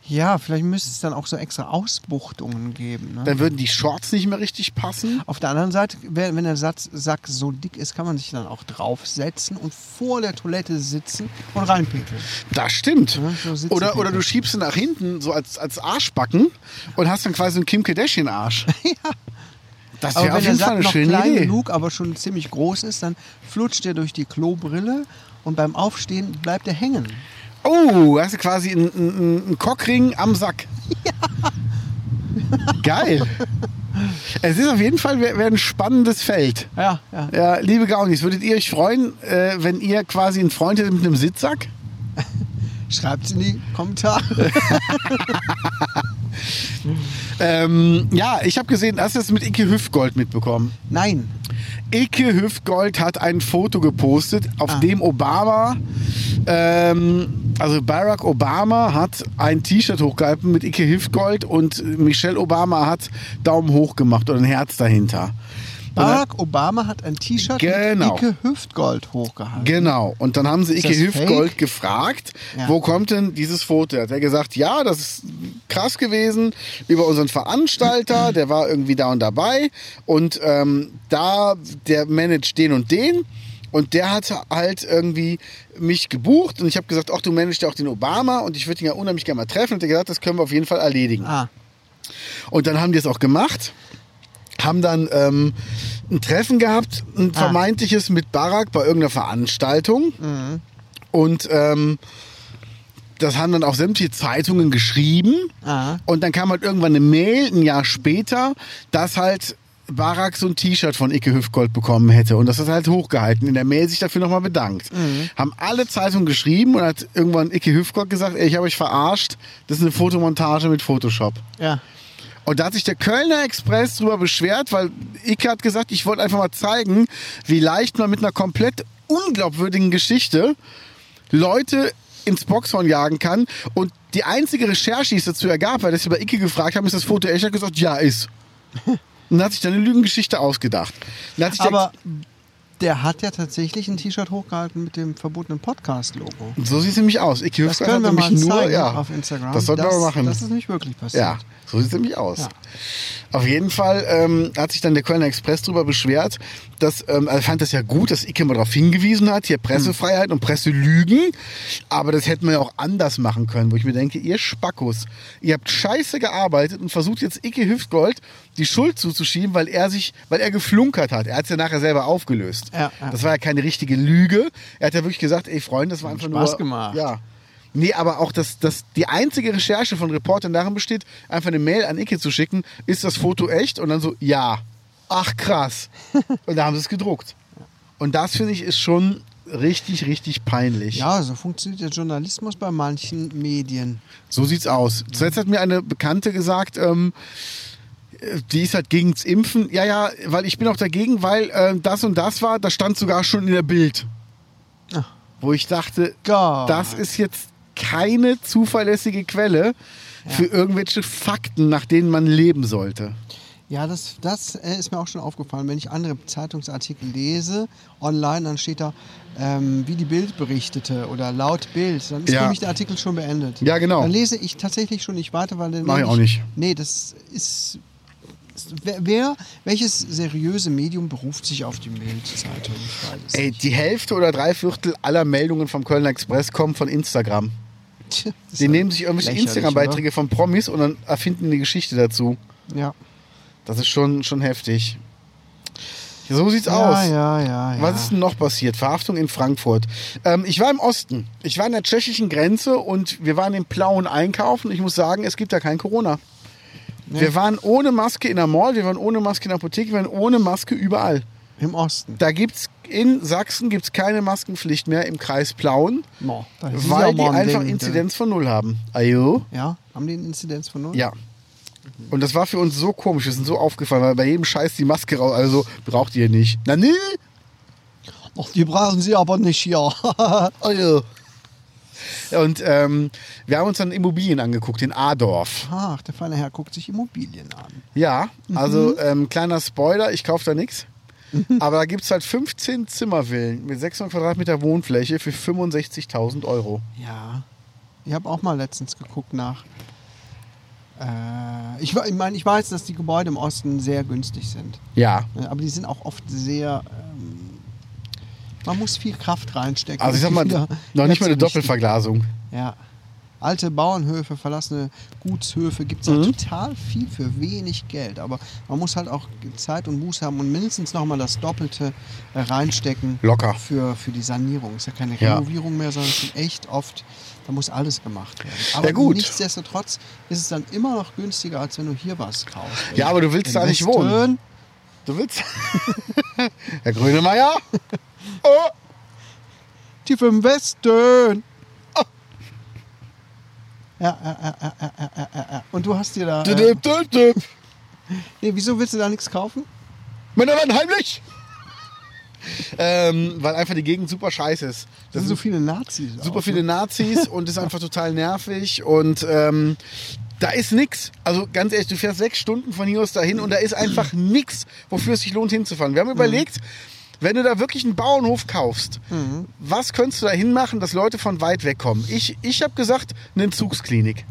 Ja, vielleicht müsste es dann auch so extra Ausbuchtungen geben. Ne?
Dann würden die Shorts nicht mehr richtig passen.
Auf der anderen Seite, wenn wenn der Satz, Sack so dick ist, kann man sich dann auch draufsetzen und vor der Toilette sitzen und reinpinkeln.
Das stimmt.
Ja, so sitzen
oder, oder
die.
du schiebst sie nach hinten, so als, als Arschbacken, und hast dann quasi einen Kim Kardashian-Arsch. ja. Das
Aber
wäre auf
wenn der
jeden Fall
Sack
eine
noch
schöne
klein
Idee.
genug, aber schon ziemlich groß ist, dann flutscht er durch die Klobrille und beim Aufstehen bleibt er hängen.
Oh, hast du quasi einen, einen, einen Cockring am Sack. Geil. Es ist auf jeden Fall wär, wär ein spannendes Feld.
Ja, ja.
Ja, liebe Gaunis, würdet ihr euch freuen, äh, wenn ihr quasi einen Freund hättet mit einem Sitzsack?
Schreibt in die Kommentare.
Ähm, ja, ich habe gesehen, hast du das mit Icke Hüftgold mitbekommen?
Nein.
Icke Hüftgold hat ein Foto gepostet, auf
Ah.
dem Obama, ähm, also Barack Obama hat ein T-Shirt hochgehalten mit Icke Hüftgold und Michelle Obama hat Daumen hoch gemacht oder ein Herz dahinter.
Barack Obama hat ein T-Shirt
Genau.
mit dicke Hüftgold hochgehalten.
Genau. Und dann haben sie
Ist
Icke
das
Hüftgold
fake?
gefragt,
Ja.
wo kommt denn dieses Foto? Hat er gesagt, ja, das ist krass gewesen über unseren Veranstalter, der war irgendwie da und dabei und ähm, da, der managt den und den. Und der hat halt irgendwie mich gebucht und ich habe gesagt, ach, du managst ja auch den Obama und ich würde ihn ja unheimlich gerne mal treffen. Und der hat gesagt, das können wir auf jeden Fall erledigen.
Ah,
Und dann haben die es auch gemacht, haben dann ähm, ein Treffen gehabt, ein
Ah.
vermeintliches mit Barack bei irgendeiner Veranstaltung.
Mhm.
Und ähm, das haben dann auch sämtliche Zeitungen geschrieben.
Ah.
Und dann kam halt irgendwann eine Mail, ein Jahr später, dass halt Barack so ein T-Shirt von Icke Hüftgold bekommen hätte. Und das hat er halt hochgehalten. In der Mail sich dafür nochmal bedankt.
Mhm.
Haben alle Zeitungen geschrieben und hat irgendwann Icke Hüftgold gesagt, ey, ich habe euch verarscht. Das ist eine Fotomontage mit Photoshop.
ja.
Und da hat sich der Kölner Express drüber beschwert, weil Icke hat gesagt, ich wollte einfach mal zeigen, wie leicht man mit einer komplett unglaubwürdigen Geschichte Leute ins Boxhorn jagen kann. Und die einzige Recherche, die es dazu ergab, weil das über Icke gefragt haben, ist das Foto echt. Er hat gesagt, ja, ist. Und hat sich dann eine Lügengeschichte ausgedacht. Dann hat sich
Aber der hat ja tatsächlich ein T-Shirt hochgehalten mit dem verbotenen Podcast-Logo.
der, so sieht es nämlich aus. Icke
Das
Hüftgold
können wir
hat
mal
nämlich nur,
zeigen
ja,
auf Instagram.
Das sollten wir mal machen.
Das ist nicht wirklich passiert.
Ja, so sieht es nämlich aus.
Ja.
Auf jeden Fall ähm, hat sich dann der Kölner Express darüber beschwert, dass ähm, er fand das ja gut, dass Icke mal darauf hingewiesen hat, hier
Hm.
Pressefreiheit und Presselügen, aber das hätten wir ja auch anders machen können, wo ich mir denke, ihr Spackos, ihr habt scheiße gearbeitet und versucht jetzt Icke Hüftgold die Schuld zuzuschieben, weil er sich, weil er geflunkert hat. Er hat es ja nachher selber aufgelöst.
Ja, ja.
Das war ja keine richtige Lüge. Er hat ja wirklich gesagt, ey Freunde, das war einfach nur
Spaß gemacht.
Ja, Nee, aber auch, dass, dass die einzige Recherche von Reportern darin besteht, einfach eine Mail an Icke zu schicken, ist das Foto echt? Und dann so, ja. Ach krass. Und da haben sie es gedruckt. Und das finde ich ist schon richtig, richtig peinlich.
Ja, so funktioniert der Journalismus bei manchen Medien.
So sieht's aus. Zuletzt hat mir eine Bekannte gesagt, ähm, äh, die ist halt gegen's Impfen. Ja, ja, weil ich bin auch dagegen, weil ähm, das und das war, das stand sogar schon in der Bild.
Ah.
Wo ich dachte,
Gott.
das ist jetzt keine zuverlässige Quelle für irgendwelche Fakten, nach denen man leben sollte.
Ja, das, das äh, ist mir auch schon aufgefallen. Wenn ich andere Zeitungsartikel lese online, dann steht da, ähm, wie die Bild berichtete oder laut Bild. Dann ist
Ja.
für mich der Artikel schon beendet.
Ja, genau.
Dann lese ich tatsächlich schon nicht weiter, weil dann.
Mach ich
denk
auch nicht.
Nee, das ist. ist- Wer, wer, welches seriöse Medium beruft sich auf die Bild-Zeitung? Ich weiß es
Ey,
nicht.
die Hälfte oder drei Viertel aller Meldungen vom Kölner Express kommen von Instagram.
Tja, das ist
Die
ja
nehmen sich irgendwelche
lächerlich,
Instagram-Beiträge von Promis und dann erfinden eine Geschichte dazu.
oder? Ja.
Das ist schon, schon heftig. So sieht's
Ja,
aus.
ja, ja, ja.
Was ist denn noch passiert? Verhaftung in Frankfurt. Ähm, ich war im Osten. Ich war an der tschechischen Grenze und wir waren im Plauen einkaufen. Ich muss sagen, es gibt da kein Corona. Wir waren ohne Maske in der Mall, wir waren ohne Maske in der Apotheke, wir waren ohne Maske überall.
Im Osten.
Da gibt's in Sachsen gibt's keine Maskenpflicht mehr im Kreis Plauen,
No, das ist ja
weil die
mal ein
einfach
Ding, ne?
Inzidenz von null haben. Ajo.
Ja, haben die eine Inzidenz von null?
Ja. Und das war für uns so komisch, wir sind so aufgefallen, weil bei jedem Scheiß die Maske raus, also braucht ihr nicht. Na nee,
Ach, die brauchen sie aber nicht hier.
Ajo. Also. Und ähm, wir haben uns dann Immobilien angeguckt in Adorf.
Ach, der feine Herr guckt sich Immobilien an.
Ja,
Mhm.
also ähm, kleiner Spoiler, ich kaufe da nichts. Aber da gibt es halt 15 Zimmervillen mit 600 Quadratmeter Wohnfläche für 65.000 Euro.
Ja. Ich habe auch mal letztens geguckt nach. Äh, ich wa- ich meine, ich weiß, dass die Gebäude im Osten sehr günstig sind.
Ja.
Ne, Aber die sind auch oft sehr. Ähm, man muss viel Kraft reinstecken. um
Also ich sag mal,
Ja,
noch nicht mal eine
letztlich-
Doppelverglasung.
Ja. Alte Bauernhöfe, verlassene Gutshöfe gibt es
Mhm.
ja total viel für wenig Geld. Aber man muss halt auch Zeit und Muße haben und mindestens nochmal das Doppelte äh, reinstecken.
Locker.
Für, für die Sanierung. Ist ja keine
Ja.
Renovierung mehr, sondern schon echt oft, da muss alles gemacht werden. Aber
Ja, gut.
nichtsdestotrotz ist es dann immer noch günstiger, als wenn du hier was kaufst.
Ja, aber du willst
In
da nicht
Westen-
wohnen. Du willst. Herr Grönemeyer? Oh,
Tief im Westen. Ah. Ja, ja, ja, ja, ja, ja, ja, ja. Und du hast dir da.
dü-
äh,
dü- dü- dü.
Nee, wieso willst du da nichts kaufen?
Männer werden heimlich! Ähm, weil einfach die Gegend super scheiße ist.
Da
Das
sind so
sind
viele Nazis. auch,
super
ne?
viele Nazis und ist einfach total nervig und ähm, da ist nix. Also ganz ehrlich, du fährst sechs Stunden von hier aus dahin und da ist einfach nix, wofür es sich lohnt hinzufahren. Wir haben überlegt, wenn du da wirklich einen Bauernhof kaufst, was könntest du da hinmachen, dass Leute von weit weg kommen? Ich, ich habe gesagt, eine Entzugsklinik.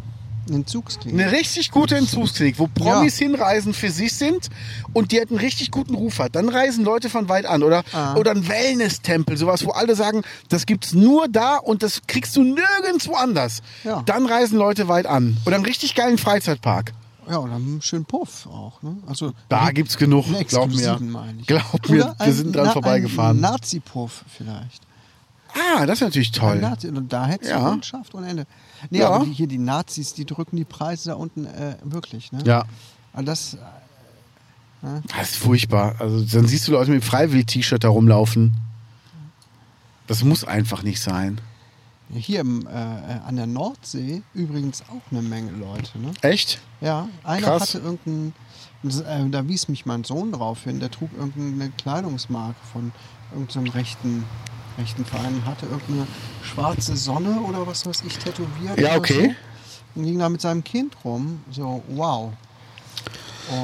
Eine Entzugsklinik.
Eine richtig gute
Hm.
Entzugsklinik, wo Promis hinreisen für sich sind und die halt einen richtig guten Ruf hat. Dann reisen Leute von weit an. Oder,
Ah.
oder ein Wellness-Tempel, sowas, wo alle sagen, das gibt's nur da und das kriegst du nirgendwo anders.
Ja.
Dann reisen Leute weit an. Oder einen richtig geilen Freizeitpark.
Ja, oder einen schönen Puff auch. Ne? Also,
Da
einen-
gibt's genug,
einen
glaub mir.
exklusiven, meine ich.
Glaub mir,
Oder
wir
ein-
sind dran
na,
vorbeigefahren.
Ein Nazi-Puff vielleicht.
Ah, das ist natürlich
Ein
toll.
Nazi, und da hättest
Ja.
du einen Schaft ohne Ende. Nee,
Ja.
aber die, hier die Nazis, die drücken die Preise da unten äh, wirklich. Ne?
Ja.
Und das,
Das ist furchtbar. Also dann siehst du Leute mit dem Freiwillig-T-Shirt da rumlaufen. Das muss einfach nicht sein.
hier im, äh, an der Nordsee übrigens auch eine Menge Leute. Ne?
Echt?
Ja, einer
Krass.
hatte irgendein, äh, da wies mich mein Sohn drauf hin, der trug irgendeine Kleidungsmarke von irgendeinem rechten, rechten Verein, hatte irgendeine schwarze Sonne oder was weiß ich tätowiert.
Ja,
oder
okay.
So, und ging da mit seinem Kind rum, so wow.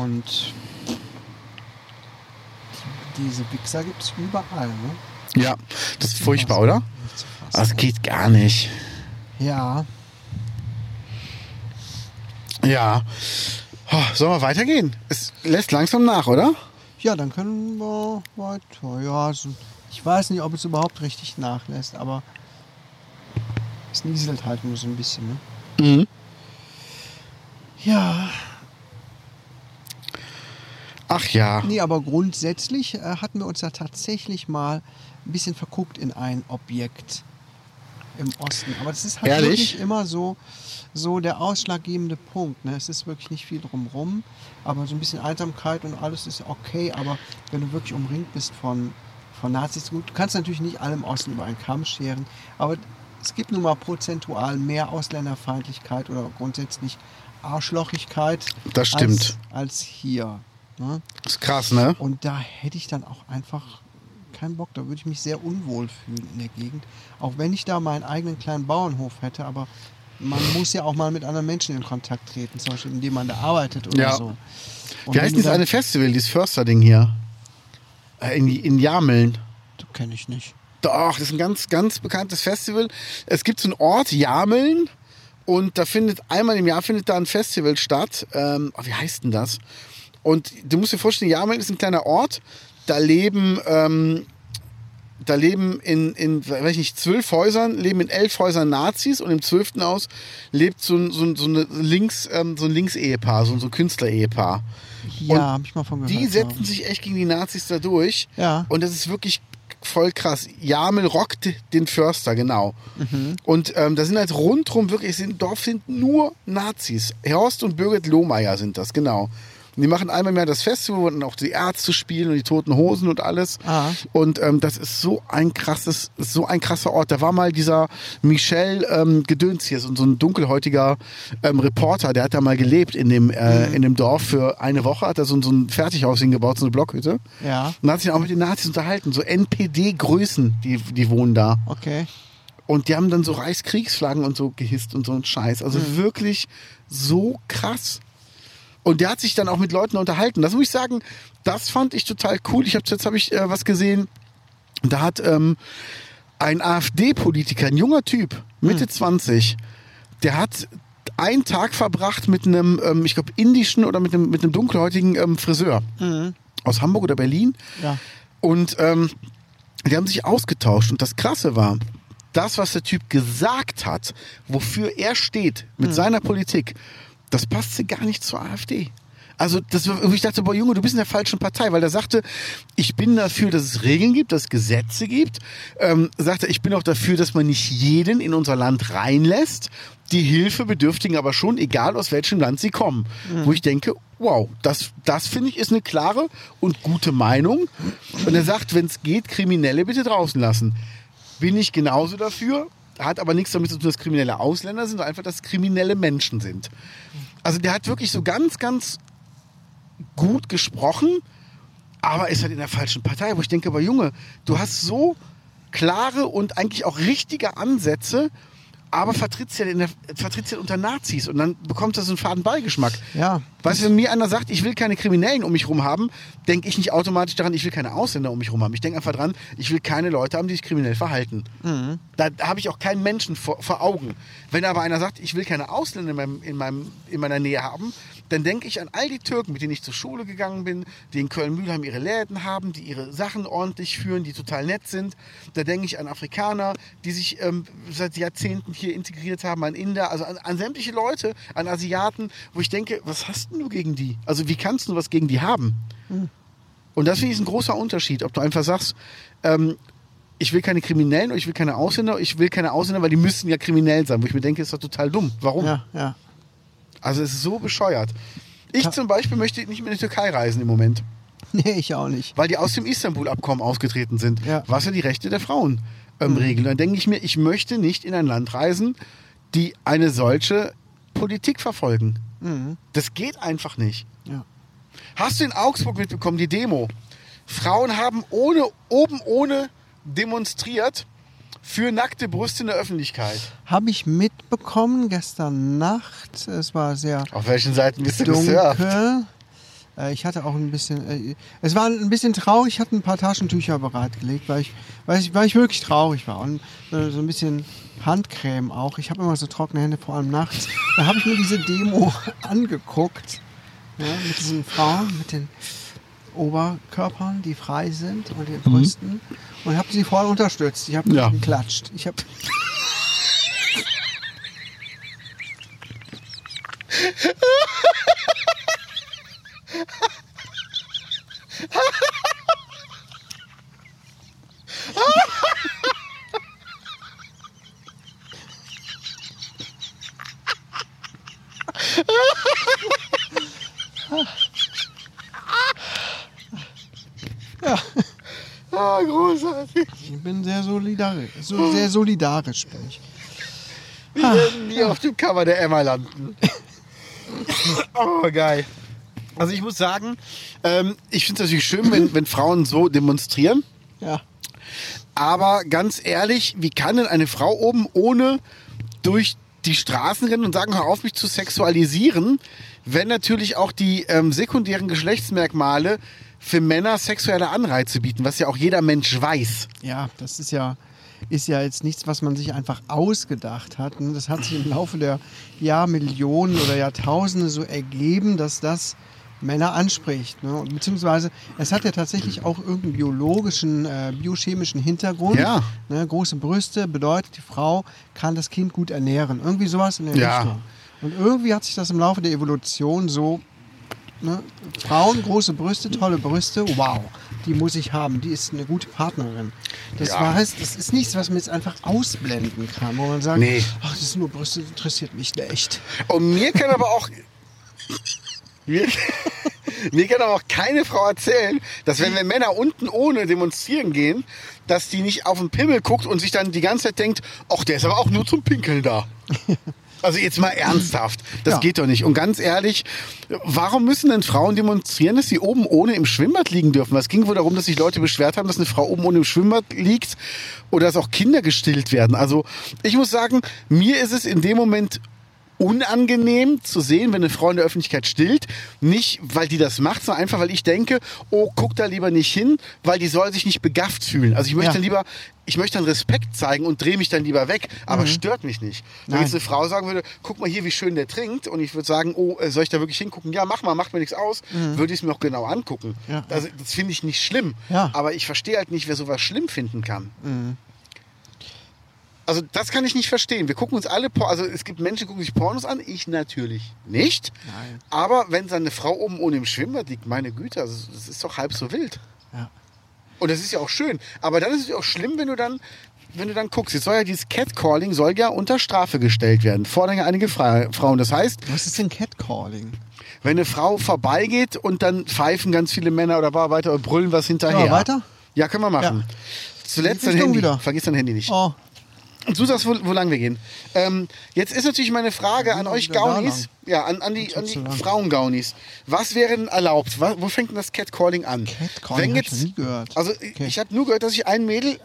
Und diese Wichser gibt es überall, ne? Also
Ja. Das ist furchtbar, oder? Also
Nicht zu fassen.
Das geht gar nicht.
Ja,
Ja. Oh, sollen wir weitergehen? Es lässt langsam nach, oder?
Ja, dann können wir weiter. Ja, also ich weiß nicht, ob es überhaupt richtig nachlässt, aber es nieselt halt nur so ein bisschen. Ne?
Mhm.
Ja,
Ach ja.
nee, aber grundsätzlich äh, hatten wir uns da tatsächlich mal ein bisschen verguckt in ein Objekt im Osten. Aber das ist halt
Ehrlich?
wirklich immer so, so der ausschlaggebende Punkt. Ne? Es ist wirklich nicht viel drumrum, aber so ein bisschen Einsamkeit und alles ist okay. Aber wenn du wirklich umringt bist von, von Nazis, gut, du kannst natürlich nicht alle im Osten über einen Kamm scheren, aber es gibt nun mal prozentual mehr Ausländerfeindlichkeit oder grundsätzlich Arschlochigkeit
Das stimmt.
Als, als hier. Ne?
Ist krass, ne?
Und da hätte ich dann auch einfach keinen Bock. Da würde ich mich sehr unwohl fühlen in der Gegend. Auch wenn ich da meinen eigenen kleinen Bauernhof hätte, aber man muss ja auch mal mit anderen Menschen in Kontakt treten, zum Beispiel indem man da arbeitet oder
Ja.
so. Und
Wie
wenn
heißt
du
dieses
dann-
eine Festival, dieses Förster-Ding hier? Äh, In, in Jameln.
Du kenn ich nicht.
Doch, das ist ein ganz, ganz bekanntes Festival. Es gibt so einen Ort, Jameln, und da findet einmal im Jahr findet da ein Festival statt. Ähm, oh, wie heißt denn das? Und du musst dir vorstellen, Jameln ist ein kleiner Ort. Da leben, ähm, da leben in, in, weiß ich nicht, zwölf Häusern, leben in elf Häusern Nazis und im zwölften Haus lebt so ein, so ein, so eine Links, ähm, so ein Links-Ehepaar, so ein, so ein Künstler-Ehepaar. Und
Ja, habe ich mal von gehört.
Die
halt, ja.
setzen sich echt gegen die Nazis da durch.
Ja.
Und das ist wirklich voll krass. Jamel rockt den Förster, genau.
Mhm.
Und ähm, da sind halt rundrum wirklich, im Dorf sind nur Nazis. Horst und Birgit Lohmeier sind das, genau. Und die machen einmal im Jahr das Festival, wo dann auch die Ärzte spielen und die Toten Hosen und alles.
Ah.
Und ähm, das ist so ein krasses, so ein krasser Ort. Da war mal dieser Michel ähm, Gedöns hier, so, so ein dunkelhäutiger ähm, Reporter, der hat da mal gelebt in dem, äh, in dem Dorf für eine Woche, hat er so, ein- so ein Fertighaus hingebaut, so eine Blockhütte.
Ja.
Und hat sich auch mit den Nazis unterhalten, so NPD-Größen, die, die wohnen da.
Okay.
Und die haben dann so Reichskriegsflaggen und so gehisst und so ein Scheiß. Also wirklich so krass. Und der hat sich dann auch mit Leuten unterhalten. Das muss ich sagen, das fand ich total cool. Ich habe jetzt habe ich äh, was gesehen. Da hat ähm, ein AfD-Politiker, ein junger Typ, Mitte 20, der hat einen Tag verbracht mit einem, ähm, ich glaube, indischen oder mit einem, mit einem dunkelhäutigen ähm, Friseur aus Hamburg oder Berlin.
Ja.
Und ähm, die haben sich ausgetauscht. Und das Krasse war, das, was der Typ gesagt hat, wofür er steht mit seiner Politik, das passte gar nicht zur AfD. Also, das, war- ich dachte, boah, Junge, du bist in der falschen Partei, weil der sagte, ich bin dafür, dass es Regeln gibt, dass es Gesetze gibt. Ähm, sagte, ich bin auch dafür, dass man nicht jeden in unser Land reinlässt. Die Hilfe bedürftigen aber schon, egal aus welchem Land sie kommen. Wo ich denke, wow, das, das finde ich ist eine klare und gute Meinung. Und er sagt, wenn es geht, Kriminelle bitte draußen lassen. Bin ich genauso dafür, hat aber nichts damit zu tun, dass kriminelle Ausländer sind, sondern einfach, dass kriminelle Menschen sind. Also der hat wirklich so ganz, ganz gut gesprochen, aber ist halt in der falschen Partei, wo ich denke, aber Junge, du hast so klare und eigentlich auch richtige Ansätze, aber vertrittst ja, in der, vertrittst ja unter Nazis und dann bekommt das so einen faden Beigeschmack.
Ja.
Weißt du, wenn mir einer sagt, ich will keine Kriminellen um mich rum haben, denke ich nicht automatisch daran, ich will keine Ausländer um mich rum haben. Ich denke einfach dran, ich will keine Leute haben, die sich kriminell verhalten. Da habe ich auch keinen Menschen vor, vor Augen. Wenn aber einer sagt, ich will keine Ausländer in, meinem, in, meinem, in meiner Nähe haben, dann denke ich an all die Türken, mit denen ich zur Schule gegangen bin, die in Köln-Mühlheim ihre Läden haben, die ihre Sachen ordentlich führen, die total nett sind. Da denke ich an Afrikaner, die sich ähm, seit Jahrzehnten hier integriert haben, an Inder, also an, an sämtliche Leute, an Asiaten, wo ich denke, was hast denn du gegen die? Also wie kannst du was gegen die haben? Und das finde ich ist ein großer Unterschied, ob du einfach sagst, ähm, ich will keine Kriminellen und ich will keine Ausländer, ich will keine Ausländer, weil die müssen ja kriminell sein. Wo ich mir denke, ist doch total dumm. Warum?
Ja, ja.
Also es ist so bescheuert. Ich zum Beispiel möchte nicht mehr in die Türkei reisen im Moment,
Nee, ich auch nicht.
weil die aus dem Istanbul-Abkommen ausgetreten sind,
Ja. Mhm.
was ja die Rechte der Frauen ähm, regelt. Dann denke ich mir, ich möchte nicht in ein Land reisen, die eine solche Politik verfolgen.
Mhm.
Das geht einfach nicht.
Ja.
Hast du in Augsburg mitbekommen, die Demo? Frauen haben ohne, oben ohne demonstriert für nackte Brust in der Öffentlichkeit.
Habe ich mitbekommen gestern Nacht. Es war sehr
Auf welchen Seiten bist du gesurft?
dunkel. Äh, Ich hatte auch ein bisschen, äh, es war ein bisschen traurig, ich hatte ein paar Taschentücher bereitgelegt, weil ich, weil ich, weil ich wirklich traurig war und äh, so ein bisschen Handcreme auch. Ich habe immer so trockene Hände, vor allem nachts. Da habe ich mir diese Demo angeguckt, ja, mit diesen Frauen, mit den Oberkörpern, die frei sind und den Brüsten und habe sie voll unterstützt. Ich habe
Ja.
geklatscht. Ich habe
Ah, großartig.
Ich bin sehr solidarisch. So, sehr solidarisch bin ich.
Wir werden nie auf dem Cover der Emma landen. Oh, geil. Also ich muss sagen, ähm, ich finde es natürlich schön, wenn, wenn Frauen so demonstrieren.
Ja.
Aber ganz ehrlich, wie kann denn eine Frau oben ohne durch die Straßen rennen und sagen, hör auf, mich zu sexualisieren, wenn natürlich auch die ähm, sekundären Geschlechtsmerkmale für Männer sexuelle Anreize bieten, was ja auch jeder Mensch weiß.
Ja, das ist ja, ist ja jetzt nichts, was man sich einfach ausgedacht hat. ne? Das hat sich im Laufe der Jahrmillionen oder Jahrtausende so ergeben, dass das Männer anspricht. Ne? Und beziehungsweise, es hat ja tatsächlich auch irgendeinen biologischen, äh, biochemischen Hintergrund.
Ja.
Ne? Große Brüste bedeutet, die Frau kann das Kind gut ernähren. Irgendwie sowas in der
Ja.
Richtung. Und irgendwie hat sich das im Laufe der Evolution so Ne? Frauen, große Brüste, tolle Brüste, wow, die muss ich haben, die ist eine gute Partnerin. Das
Ja.
heißt, das ist nichts, was man jetzt einfach ausblenden kann, wo man sagt,
Nee.
ach, das sind nur Brüste, das interessiert mich nicht.
Und mir kann aber auch. Mir, mir kann aber auch keine Frau erzählen, dass wenn wir Männer unten ohne demonstrieren gehen, dass die nicht auf den Pimmel guckt und sich dann die ganze Zeit denkt, ach, der ist aber auch nur zum Pinkeln da. Also jetzt mal ernsthaft, das
Ja.
geht doch nicht. Und ganz ehrlich, warum müssen denn Frauen demonstrieren, dass sie oben ohne im Schwimmbad liegen dürfen? Es ging wohl darum, dass sich Leute beschwert haben, dass eine Frau oben ohne im Schwimmbad liegt oder dass auch Kinder gestillt werden. Also ich muss sagen, mir ist es in dem Moment unangenehm zu sehen, wenn eine Frau in der Öffentlichkeit stillt. Nicht, weil die das macht, sondern einfach, weil ich denke, oh, guck da lieber nicht hin, weil die soll sich nicht begafft fühlen. Also ich möchte
Ja.
dann lieber, ich möchte dann Respekt zeigen und drehe mich dann lieber weg, aber stört mich nicht.
Mhm.
Wenn
Nein.
jetzt eine Frau sagen würde, guck mal hier, wie schön der trinkt und ich würde sagen, oh, äh, soll ich da wirklich hingucken? Ja, mach mal, macht mir nichts aus, würde ich es mir auch genau angucken.
Mhm. Ja.
Also das finde ich nicht schlimm,
Ja.
aber ich verstehe halt nicht, wer sowas schlimm finden kann. Also das kann ich nicht verstehen. Wir gucken uns alle, Por also es gibt Menschen, die gucken sich Pornos an, ich natürlich nicht.
Nein.
Aber wenn dann eine Frau oben ohne im Schwimmbad liegt, meine Güte, also das ist doch halb so wild.
Ja.
Und das ist ja auch schön. Aber dann ist es auch schlimm, wenn du dann, wenn du dann guckst. Jetzt soll ja dieses Catcalling soll ja unter Strafe gestellt werden. Fordern ja einige Fra Frauen. Das heißt,
Was ist denn Catcalling?
wenn eine Frau vorbeigeht und dann pfeifen ganz viele Männer oder Bararbeiter und brüllen was hinterher.
Können wir weiter?
Ja, können wir machen.
Ja.
Zuletzt
In die
dein
Richtung
Handy.
wieder.
Vergiss dein Handy nicht.
Oh,
Und du sagst, wo, wo lang wir gehen. Ähm, jetzt ist natürlich meine Frage an euch
wieder da
Gaunis, ja, an, an die, an die
zu lang.
Frauen-Gaunis. Was wäre denn erlaubt? Wa- wo fängt denn das Catcalling an?
Catcalling hab ich noch nie gehört.
Also ich-
Okay.
ich habe nur gehört, dass ich ein Mädel,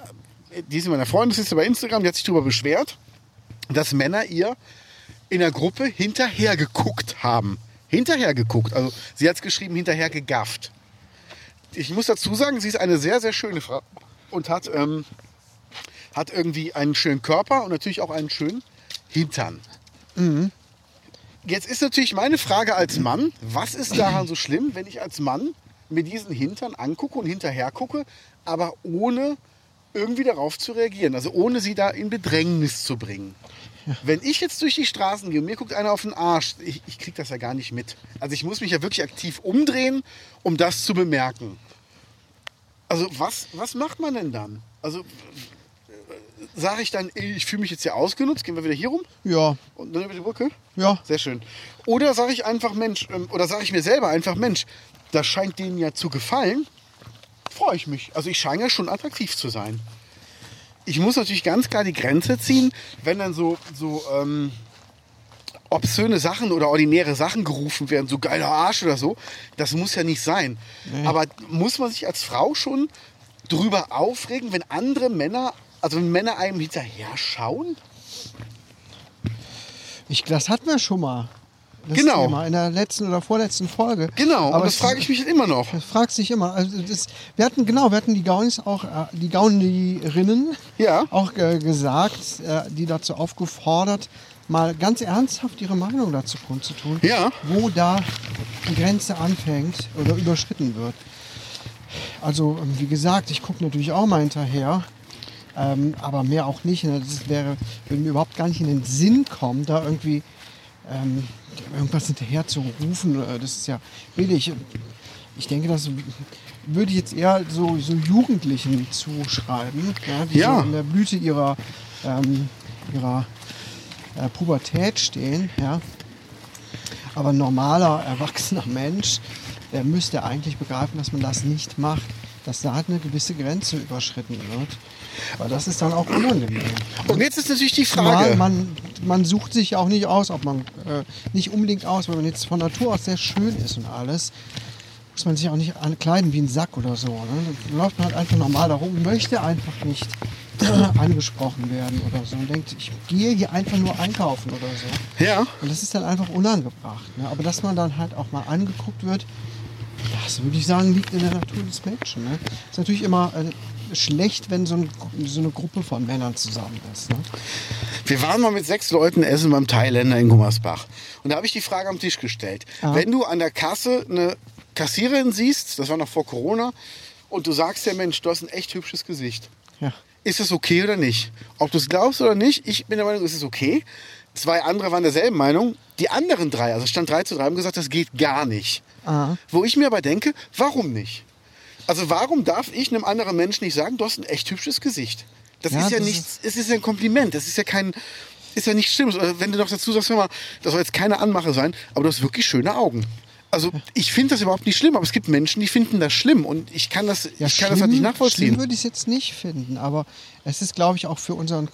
die ist in meiner Freundesliste bei Instagram, die hat sich darüber beschwert, dass Männer ihr in der Gruppe hinterher geguckt haben. Hinterher geguckt. Also sie hat es geschrieben, hinterher gegafft. Ich muss dazu sagen, sie ist eine sehr, sehr schöne Frau und hat... Ähm, hat irgendwie einen schönen Körper und natürlich auch einen schönen Hintern. Jetzt ist natürlich meine Frage als Mann, was ist daran so schlimm, wenn ich als Mann mir diesen Hintern angucke und hinterher gucke, aber ohne irgendwie darauf zu reagieren, also ohne sie da in Bedrängnis zu bringen. Wenn ich jetzt durch die Straßen gehe und mir guckt einer auf den Arsch, ich, ich kriege das ja gar nicht mit. Also ich muss mich ja wirklich aktiv umdrehen, um das zu bemerken. Also was, was macht man denn dann? Also sage ich dann, ey, ich fühle mich jetzt hier ausgenutzt, gehen wir wieder hier rum
ja,
und dann über die Brücke?
ja.
Sehr schön. Oder sage ich einfach, Mensch, ähm, oder sage ich mir selber einfach, Mensch, das scheint denen ja zu gefallen, freue ich mich. Also ich scheine ja schon attraktiv zu sein. Ich muss natürlich ganz klar die Grenze ziehen, wenn dann so, so ähm, obszöne Sachen oder ordinäre Sachen gerufen werden, so geiler Arsch oder so, das muss ja nicht sein. Aber muss man sich als Frau schon drüber aufregen, wenn andere Männer, also wenn Männer einem hinterher schauen?
Ich, das hatten wir schon mal. Das
Genau.
Thema in der letzten oder vorletzten Folge.
Genau, aber das
es-
frage ich mich jetzt immer noch.
Das fragst dich immer. Also das, wir hatten genau, wir hatten die Gaunis auch, äh, die Gaunerinnen
Ja.
auch äh, gesagt, äh, die dazu aufgefordert, mal ganz ernsthaft ihre Meinung dazu kundzutun,
Ja.
wo da die Grenze anfängt oder überschritten wird. Also ähm, wie gesagt, ich gucke natürlich auch mal hinterher. Ähm, aber mehr auch nicht. Ne? Das wäre, würde mir überhaupt gar nicht in den Sinn kommen, da irgendwie ähm, irgendwas hinterher zu rufen. Äh, Das ist ja billig. Ich denke, das würde ich jetzt eher so, so Jugendlichen zuschreiben, ja, die
Ja.
So in der Blüte ihrer, ähm, ihrer äh, Pubertät stehen. Ja. Aber ein normaler, erwachsener Mensch, der müsste eigentlich begreifen, dass man das nicht macht. Dass da halt eine gewisse Grenze überschritten wird. Weil das ist dann auch unangenehm.
Und jetzt ist natürlich die Frage.
Zumal man, man sucht sich auch nicht aus, ob man äh, nicht unbedingt aus, weil man jetzt von Natur aus sehr schön ist und alles. Muss man sich auch nicht ankleiden wie ein Sack oder so. Ne? Dann läuft man halt einfach normal darum und möchte einfach nicht angesprochen werden oder so und denkt, ich gehe hier einfach nur einkaufen oder so.
Ja.
Und das ist dann einfach unangebracht. Ne? Aber dass man dann halt auch mal angeguckt wird, das würde ich sagen, liegt in der Natur des Menschen. Ne? Ist natürlich immer äh, schlecht, wenn so, ein, so eine Gruppe von Männern zusammen ist. Ne?
Wir waren mal mit sechs Leuten essen beim Thailänder in Gummersbach. Und da habe ich die Frage am Tisch gestellt.
Ja.
Wenn du an der Kasse eine Kassiererin siehst, das war noch vor Corona, und du sagst der Mensch, du hast ein echt hübsches Gesicht.
Ja.
Ist es okay oder nicht? Ob du es glaubst oder nicht, ich bin der Meinung, es ist okay. Zwei andere waren derselben Meinung. Die anderen drei, also es stand 3 zu 3, haben gesagt, das geht gar nicht.
Ah.
Wo ich mir aber denke, warum nicht? Also warum darf ich einem anderen Menschen nicht sagen, du hast ein echt hübsches Gesicht? Das
Ja,
ist ja
das
nichts, es ist ja ein Kompliment, das ist ja kein, ist ja nichts Schlimmes. Oder Wenn du noch dazu sagst, hör mal, das soll jetzt keine Anmache sein, aber du hast wirklich schöne Augen. Also ich finde das überhaupt nicht schlimm, aber es gibt Menschen, die finden das schlimm und ich kann das, ich kann das halt nicht
Schlimm
nachvollziehen.
würde ich es jetzt nicht finden, aber es ist, glaube ich, auch für unseren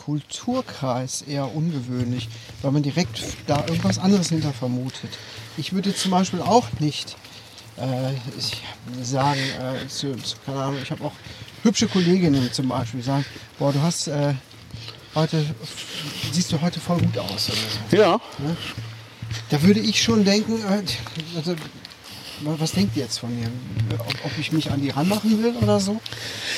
Kulturkreis eher ungewöhnlich, weil man direkt da irgendwas anderes hinter vermutet. Ich würde zum Beispiel auch nicht äh, ich sagen, äh, zu, zu, keine Ahnung, ich habe auch hübsche Kolleginnen zum Beispiel, die sagen, boah, du hast äh, heute, siehst du heute voll gut aus oder so.
Ja,
Da würde ich schon denken, äh, also, was denkt ihr jetzt von mir? Ob, ob ich mich an die ranmachen will oder so?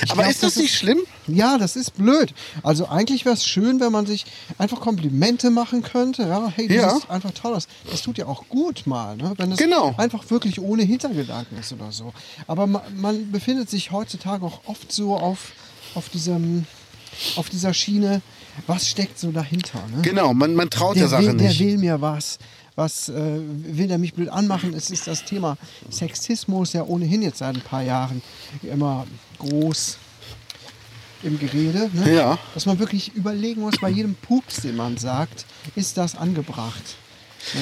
Ich
aber
glaub,
ist das nicht schlimm?
Ja, das ist blöd. Also eigentlich wäre es schön, wenn man sich einfach Komplimente machen könnte. Ja, hey, du
Ja.
siehst einfach toll aus. Das tut ja auch gut mal, ne? wenn es
Genau.
einfach wirklich ohne Hintergedanken ist oder so. Aber ma man befindet sich heutzutage auch oft so auf, auf, diesem, auf dieser Schiene, was steckt so dahinter. Ne?
Genau, man, man traut der, Sache
will,
nicht.
Der will mir was. Was äh, will er mich blöd anmachen? Es ist das Thema Sexismus ja ohnehin jetzt seit ein paar Jahren immer groß im Gerede. Ne?
Ja.
Dass man wirklich überlegen muss, bei jedem Pups, den man sagt, ist das angebracht.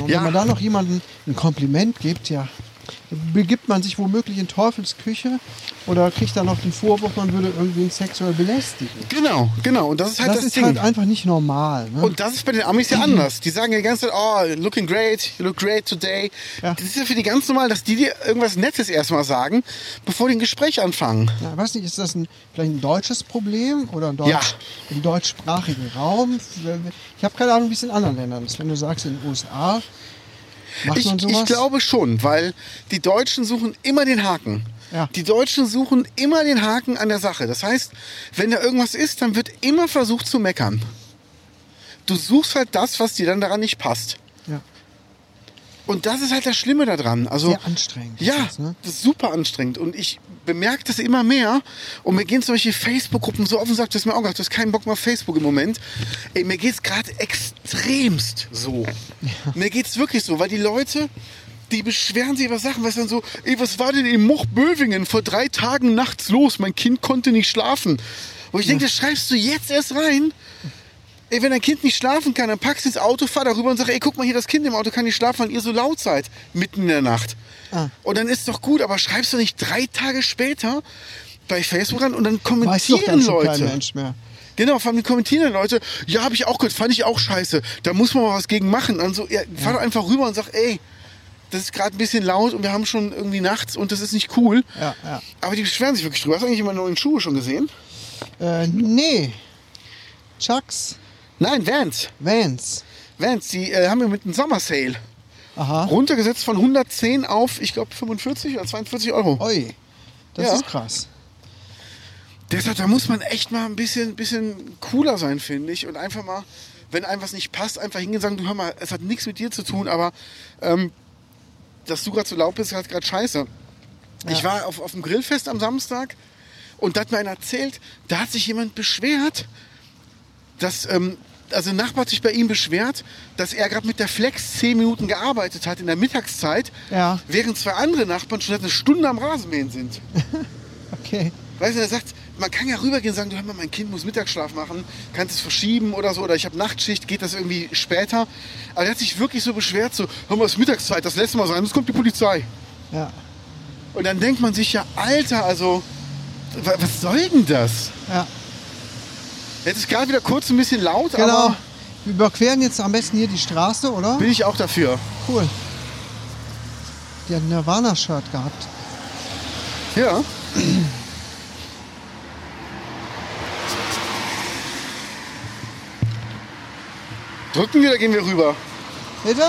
Und
Ja.
wenn man da noch jemandem ein Kompliment gibt, ja, begibt man sich womöglich in Teufelsküche oder kriegt dann noch den Vorwurf, man würde irgendwen sexuell belästigen.
Genau, genau. Und das ist halt das,
das, ist
Ding.
halt einfach nicht normal. Ne?
Und das ist bei den Amis ja anders. Die sagen ja die ganze Zeit, oh, looking great, you look great today.
Ja.
Das ist ja für die ganz normal, dass die dir irgendwas Nettes erstmal sagen, bevor die ein Gespräch anfangen.
Ja, ich weiß nicht, ist das ein, vielleicht ein deutsches Problem oder ein Deutsch,
Ja.
im deutschsprachigen Raum? Ich habe keine Ahnung, wie es in anderen Ländern ist. Wenn du sagst, in den USA macht
Ich,
man sowas.
ich glaube schon, weil die Deutschen suchen immer den Haken.
Ja.
Die Deutschen suchen immer den Haken an der Sache. Das heißt, wenn da irgendwas ist, dann wird immer versucht zu meckern. Du suchst halt das, was dir dann daran nicht passt.
ja,
Und das ist halt das Schlimme daran. Also,
sehr anstrengend. ist
Ja,
das, ne?
das ist super anstrengend. Und ich bemerke das immer mehr. Und mir gehen solche Facebook-Gruppen so offen, sagt das mir auch gesagt, du hast keinen Bock mehr auf Facebook im Moment. Ey, mir geht's gerade extremst so. Mir geht's wirklich so, weil die Leute, die beschweren sich über Sachen, was dann so, ey, was war denn in Mochbövingen vor drei Tagen nachts los? Mein Kind konnte nicht schlafen. Und ich denke, das schreibst du jetzt erst rein. Ey, wenn dein Kind nicht schlafen kann, dann packst du ins Auto, fahr darüber und sag, ey, guck mal hier, das Kind im Auto kann nicht schlafen, weil ihr so laut seid, mitten in der Nacht.
Ah.
Und dann ist doch gut, aber schreibst du nicht drei Tage später bei Facebook ran und dann
Weiß doch dann
kommentieren
schon kein
Leute.
Mensch mehr.
Genau, vor allem die kommentieren dann Leute, ja, habe ich auch gehört, fand ich auch scheiße, da muss man mal was gegen machen. Und so, ja, fahr doch einfach rüber und sag, ey, das ist gerade ein bisschen laut und wir haben schon irgendwie nachts und das ist nicht cool.
Ja, ja.
Aber die beschweren sich wirklich drüber. Hast du eigentlich meine neuen Schuhe schon gesehen?
Äh, nee. Chucks,
Nein, Vans.
Vans.
Vans, die äh, haben wir mit einem Sommersale.
Aha.
runtergesetzt von 110 auf, ich glaube, 45 oder 42 Euro.
Ui. Das
Ja.
ist krass.
Deshalb, da muss man echt mal ein bisschen, bisschen cooler sein, finde ich. Und einfach mal, wenn einem was nicht passt, einfach hingehen und sagen, du hör mal, es hat nichts mit dir zu tun, aber ähm, dass du gerade so laut bist, ist halt gerade scheiße. Ich war auf, auf dem Grillfest am Samstag und da hat mir einer erzählt, da hat sich jemand beschwert, dass, ähm, also ein Nachbar hat sich bei ihm beschwert, dass er gerade mit der Flex 10 Minuten gearbeitet hat in der Mittagszeit,
Ja.
während zwei andere Nachbarn schon seit einer Stunde am Rasenmähen sind.
Okay.
Weißt du, er sagt, man kann ja rübergehen und sagen, du hör mal, mein Kind muss Mittagsschlaf machen, kannst es verschieben oder so, oder ich habe Nachtschicht, geht das irgendwie später. Aber er hat sich wirklich so beschwert, so, hör mal, es ist Mittagszeit, das lässt mal sein, sonst kommt die Polizei.
Ja.
Und dann denkt man sich ja, Alter, also, wa- was soll denn das?
Ja.
Jetzt ist gerade wieder kurz ein bisschen laut,
Genau.
aber
Wir überqueren jetzt am besten hier die Straße, oder?
bin ich auch dafür.
Cool. Die hat ein Nirvana-Shirt gehabt.
Ja. Drücken wir oder gehen wir rüber?
Bitte?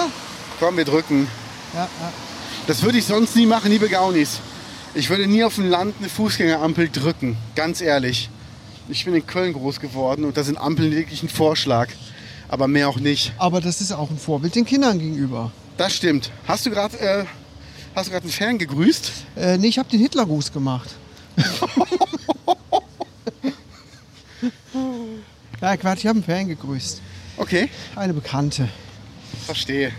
Komm, wir drücken.
Ja, ja.
Das würde ich sonst nie machen, liebe Gaunis. Ich würde nie auf dem Land eine Fußgängerampel drücken, ganz ehrlich. Ich bin in Köln groß geworden und da sind Ampeln wirklich ein Vorschlag. Aber mehr auch nicht.
Aber das ist auch ein Vorbild den Kindern gegenüber.
Das stimmt. Hast du gerade äh, hast du gerade einen Fan gegrüßt?
Äh, nee, ich habe den Hitlergruß gemacht. ja, Quatsch, ich habe einen Fan gegrüßt.
Okay,
Eine Bekannte.
verstehe.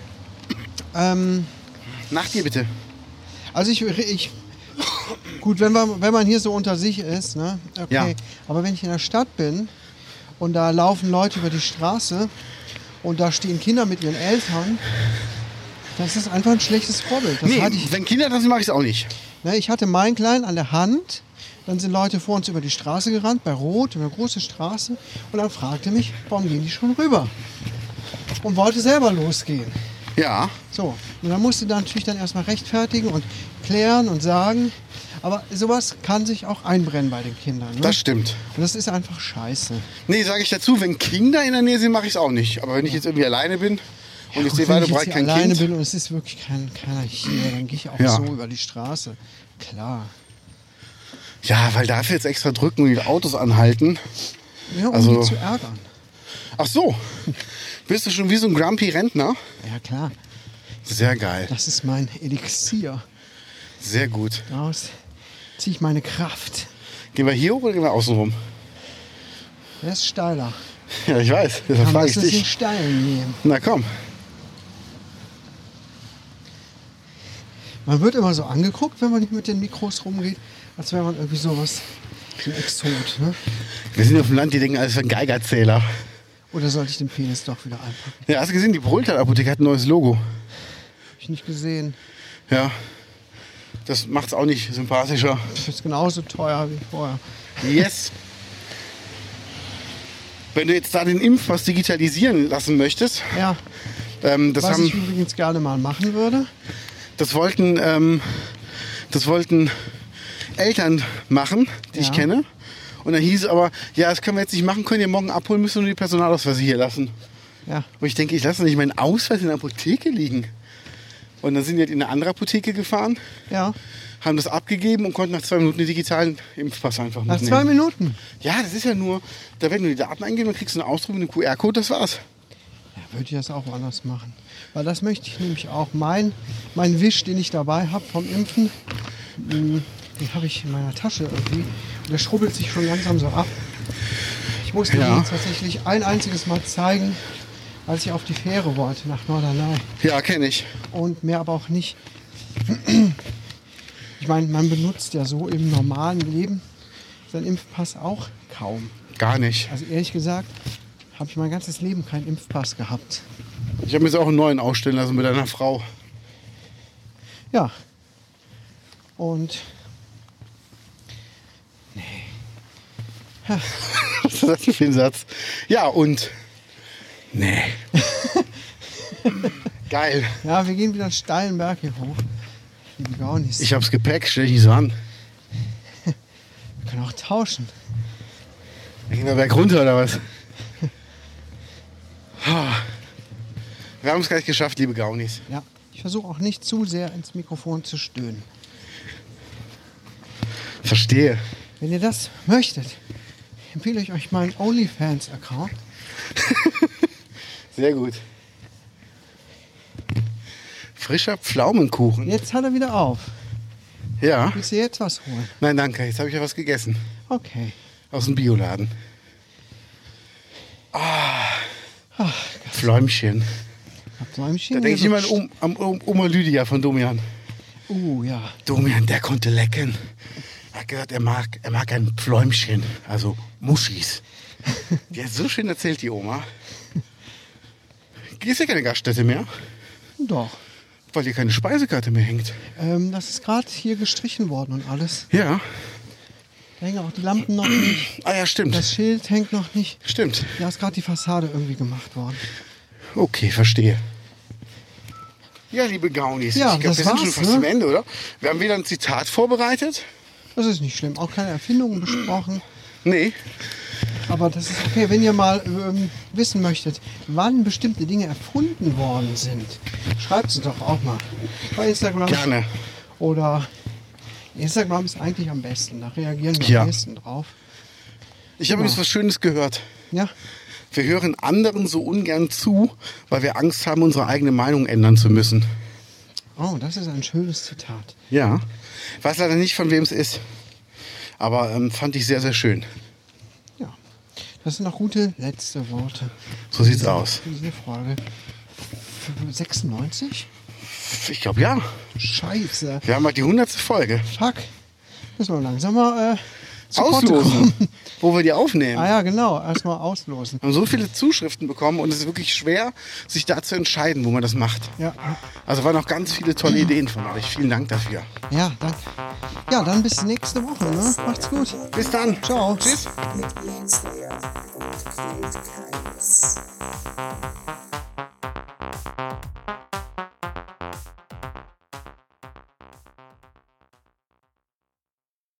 Ähm,
Nach dir bitte.
Also ich, ich gut, wenn, wir, wenn man hier so unter sich ist, ne? Okay.
Ja.
Aber wenn ich in der Stadt bin und da laufen Leute über die Straße und da stehen Kinder mit ihren Eltern, das ist einfach ein schlechtes Vorbild. Das
nee,
hatte ich,
wenn Kinder das sind, mache ich es auch nicht.
ne? ich hatte meinen Kleinen an der Hand, dann sind Leute vor uns über die Straße gerannt, bei Rot, über eine große Straße, und dann fragte mich, warum gehen die schon rüber? Und wollte selber losgehen.
Ja,
So, und dann musst du da natürlich dann erstmal rechtfertigen und klären und sagen. Aber sowas kann sich auch einbrennen bei den Kindern. Ne?
das stimmt.
und das ist einfach scheiße.
Nee, sage ich dazu, wenn Kinder in der Nähe sind, mache ich es auch nicht. Aber wenn ich jetzt irgendwie alleine bin und ich sehe
wenn
weiter
ich jetzt
breit
hier
kein
alleine
Kind.
bin und es ist wirklich kein, keiner hier, dann gehe ich auch
Ja.
so über die Straße. Klar.
Ja, weil dafür jetzt extra drücken und die Autos anhalten.
Ja, um
Also-
die zu ärgern.
Ach so, bist du schon wie so ein grumpy Rentner?
Ja klar,
Sehr geil,
das ist mein Elixier.
sehr gut.
Daraus ziehe ich meine Kraft.
Gehen wir hier hoch oder gehen wir außen rum?
Der ist steiler.
Ja, ich weiß, deshalb
Kann man
frage ich
das nicht
dich.
steil nehmen.
Na komm,
Man wird immer so angeguckt, wenn man nicht mit den Mikros rumgeht, als wäre man irgendwie sowas, ein Exot. Ne?
wir sind auf dem Land, die denken, alles für ein Geigerzähler.
Oder sollte ich den Penis doch wieder einpacken?
Ja, hast du gesehen, die Brülltal-Apotheke hat ein neues Logo.
Hab ich nicht gesehen.
Ja, das macht's auch nicht sympathischer.
Das ist genauso teuer wie vorher.
Yes. Wenn du jetzt da den Impfpass digitalisieren lassen möchtest,
Ja,
ähm, das,
was ich
haben,
übrigens gerne mal machen würde.
das, wollten, ähm, das wollten Eltern machen, die ich
Ja.
kenne. Und dann hieß es aber, ja, das können wir jetzt nicht machen, können wir morgen abholen, müssen wir nur die Personalausweise hier lassen.
Ja,
Und ich denke, ich lasse nicht meinen Ausweis in der Apotheke liegen. Und dann sind die halt in eine andere Apotheke gefahren,
ja.
haben das abgegeben und konnten nach zwei Minuten den digitalen Impfpass einfach
Nach
mitnehmen.
zwei Minuten.
Ja, das ist ja nur, da werden nur die Daten eingeben, dann kriegst du einen Ausdruck mit einem QR-Code, das war's.
Ja, würde ich das auch anders machen. Weil das möchte ich nämlich auch. Mein, mein Wisch, den ich dabei habe vom Impfen, mh, den habe ich in meiner Tasche irgendwie. Und der schrubbelt sich schon langsam so ab. Ich musste
Ja.
ihn jetzt tatsächlich ein einziges Mal zeigen, als ich auf die Fähre wollte nach Norderney.
Ja, kenne ich.
und mehr aber auch nicht. Ich meine, man benutzt ja so im normalen Leben seinen Impfpass auch kaum.
Gar nicht.
Also ehrlich gesagt, habe ich mein ganzes Leben keinen Impfpass gehabt.
Ich habe mir jetzt auch einen neuen ausstellen lassen mit einer Frau.
Ja. Und
Was ist das denn für ein Satz? Ja, und. Nee. Geil.
ja, wir gehen wieder einen steilen Berg hier hoch. Liebe Gaunis.
Ich hab's Gepäck, stell dich nicht so an.
Wir können auch tauschen.
Dann gehen wir berg runter oder was? Ah. Wir haben es gleich geschafft, liebe Gaunis.
Ja. Ich versuche auch nicht zu sehr ins Mikrofon zu stöhnen.
Verstehe.
Wenn ihr das möchtet, empfehle ich euch meinen OnlyFans-Account.
Sehr gut. Frischer Pflaumenkuchen.
Jetzt hat er wieder auf.
Ja.
Willst du jetzt was holen?
Nein, danke. Jetzt habe ich ja was gegessen.
Okay.
Aus dem Bioladen. Ah. Fläumchen.
Hab so ein bisschen
Da denke ich immer um. an,
gerutscht.
um, an um, Oma Lydia von Domian.
Uh, ja.
Domian, der konnte lecken. Er hat gesagt, er mag, er mag ein Pfläumchen, also Muschis. Die hat so schön erzählt, die Oma. Hier ist ja keine Gaststätte mehr,
Doch.
weil hier keine Speisekarte mehr hängt.
Ähm, das ist gerade hier gestrichen worden und alles.
Ja.
Da hängen auch die Lampen noch nicht.
Ah ja, stimmt.
Das Schild hängt noch nicht.
stimmt.
Da ist gerade die Fassade irgendwie gemacht worden.
Okay, verstehe. Ja, liebe Gaunis,
Ja,
ich glaube,
das
wir sind schon
war's,
fast
ne?
am Ende, oder? Wir haben wieder ein Zitat vorbereitet.
Das ist nicht schlimm. Auch keine Erfindungen besprochen.
Nee.
Aber das ist okay, wenn ihr mal ähm, wissen möchtet, wann bestimmte Dinge erfunden worden sind, schreibt es doch auch mal bei Instagram.
Gerne.
Oder Instagram ist eigentlich am besten, da reagieren wir
Ja.
am meisten drauf.
Ich habe übrigens was Schönes gehört.
Ja,
Wir hören anderen so ungern zu, weil wir Angst haben, unsere eigene Meinung ändern zu müssen.
oh, das ist ein schönes Zitat.
Ja. Weiß leider nicht, von wem es ist. Aber ähm, fand ich sehr, sehr schön.
Ja, das sind noch gute letzte Worte.
So sieht's aus.
Für diese Folge 96?
Ich glaube, ja.
Scheiße.
Wir haben halt die hundertste Folge.
Fuck. Müssen wir langsam mal äh, zu Potte kommen.
Auslosen, wo wir die aufnehmen.
Ah ja, genau. Erstmal auslosen.
Wir haben so viele Zuschriften bekommen und es ist wirklich schwer, sich da zu entscheiden, wo man das macht.
Ja,
Also waren noch ganz viele tolle Ideen von euch. Vielen Dank dafür.
ja, dann, ja, dann bis nächste Woche. Ne? Macht's gut.
Bis dann.
Ciao.
Tschüss.
mit Jens Lea und Knut Kreis.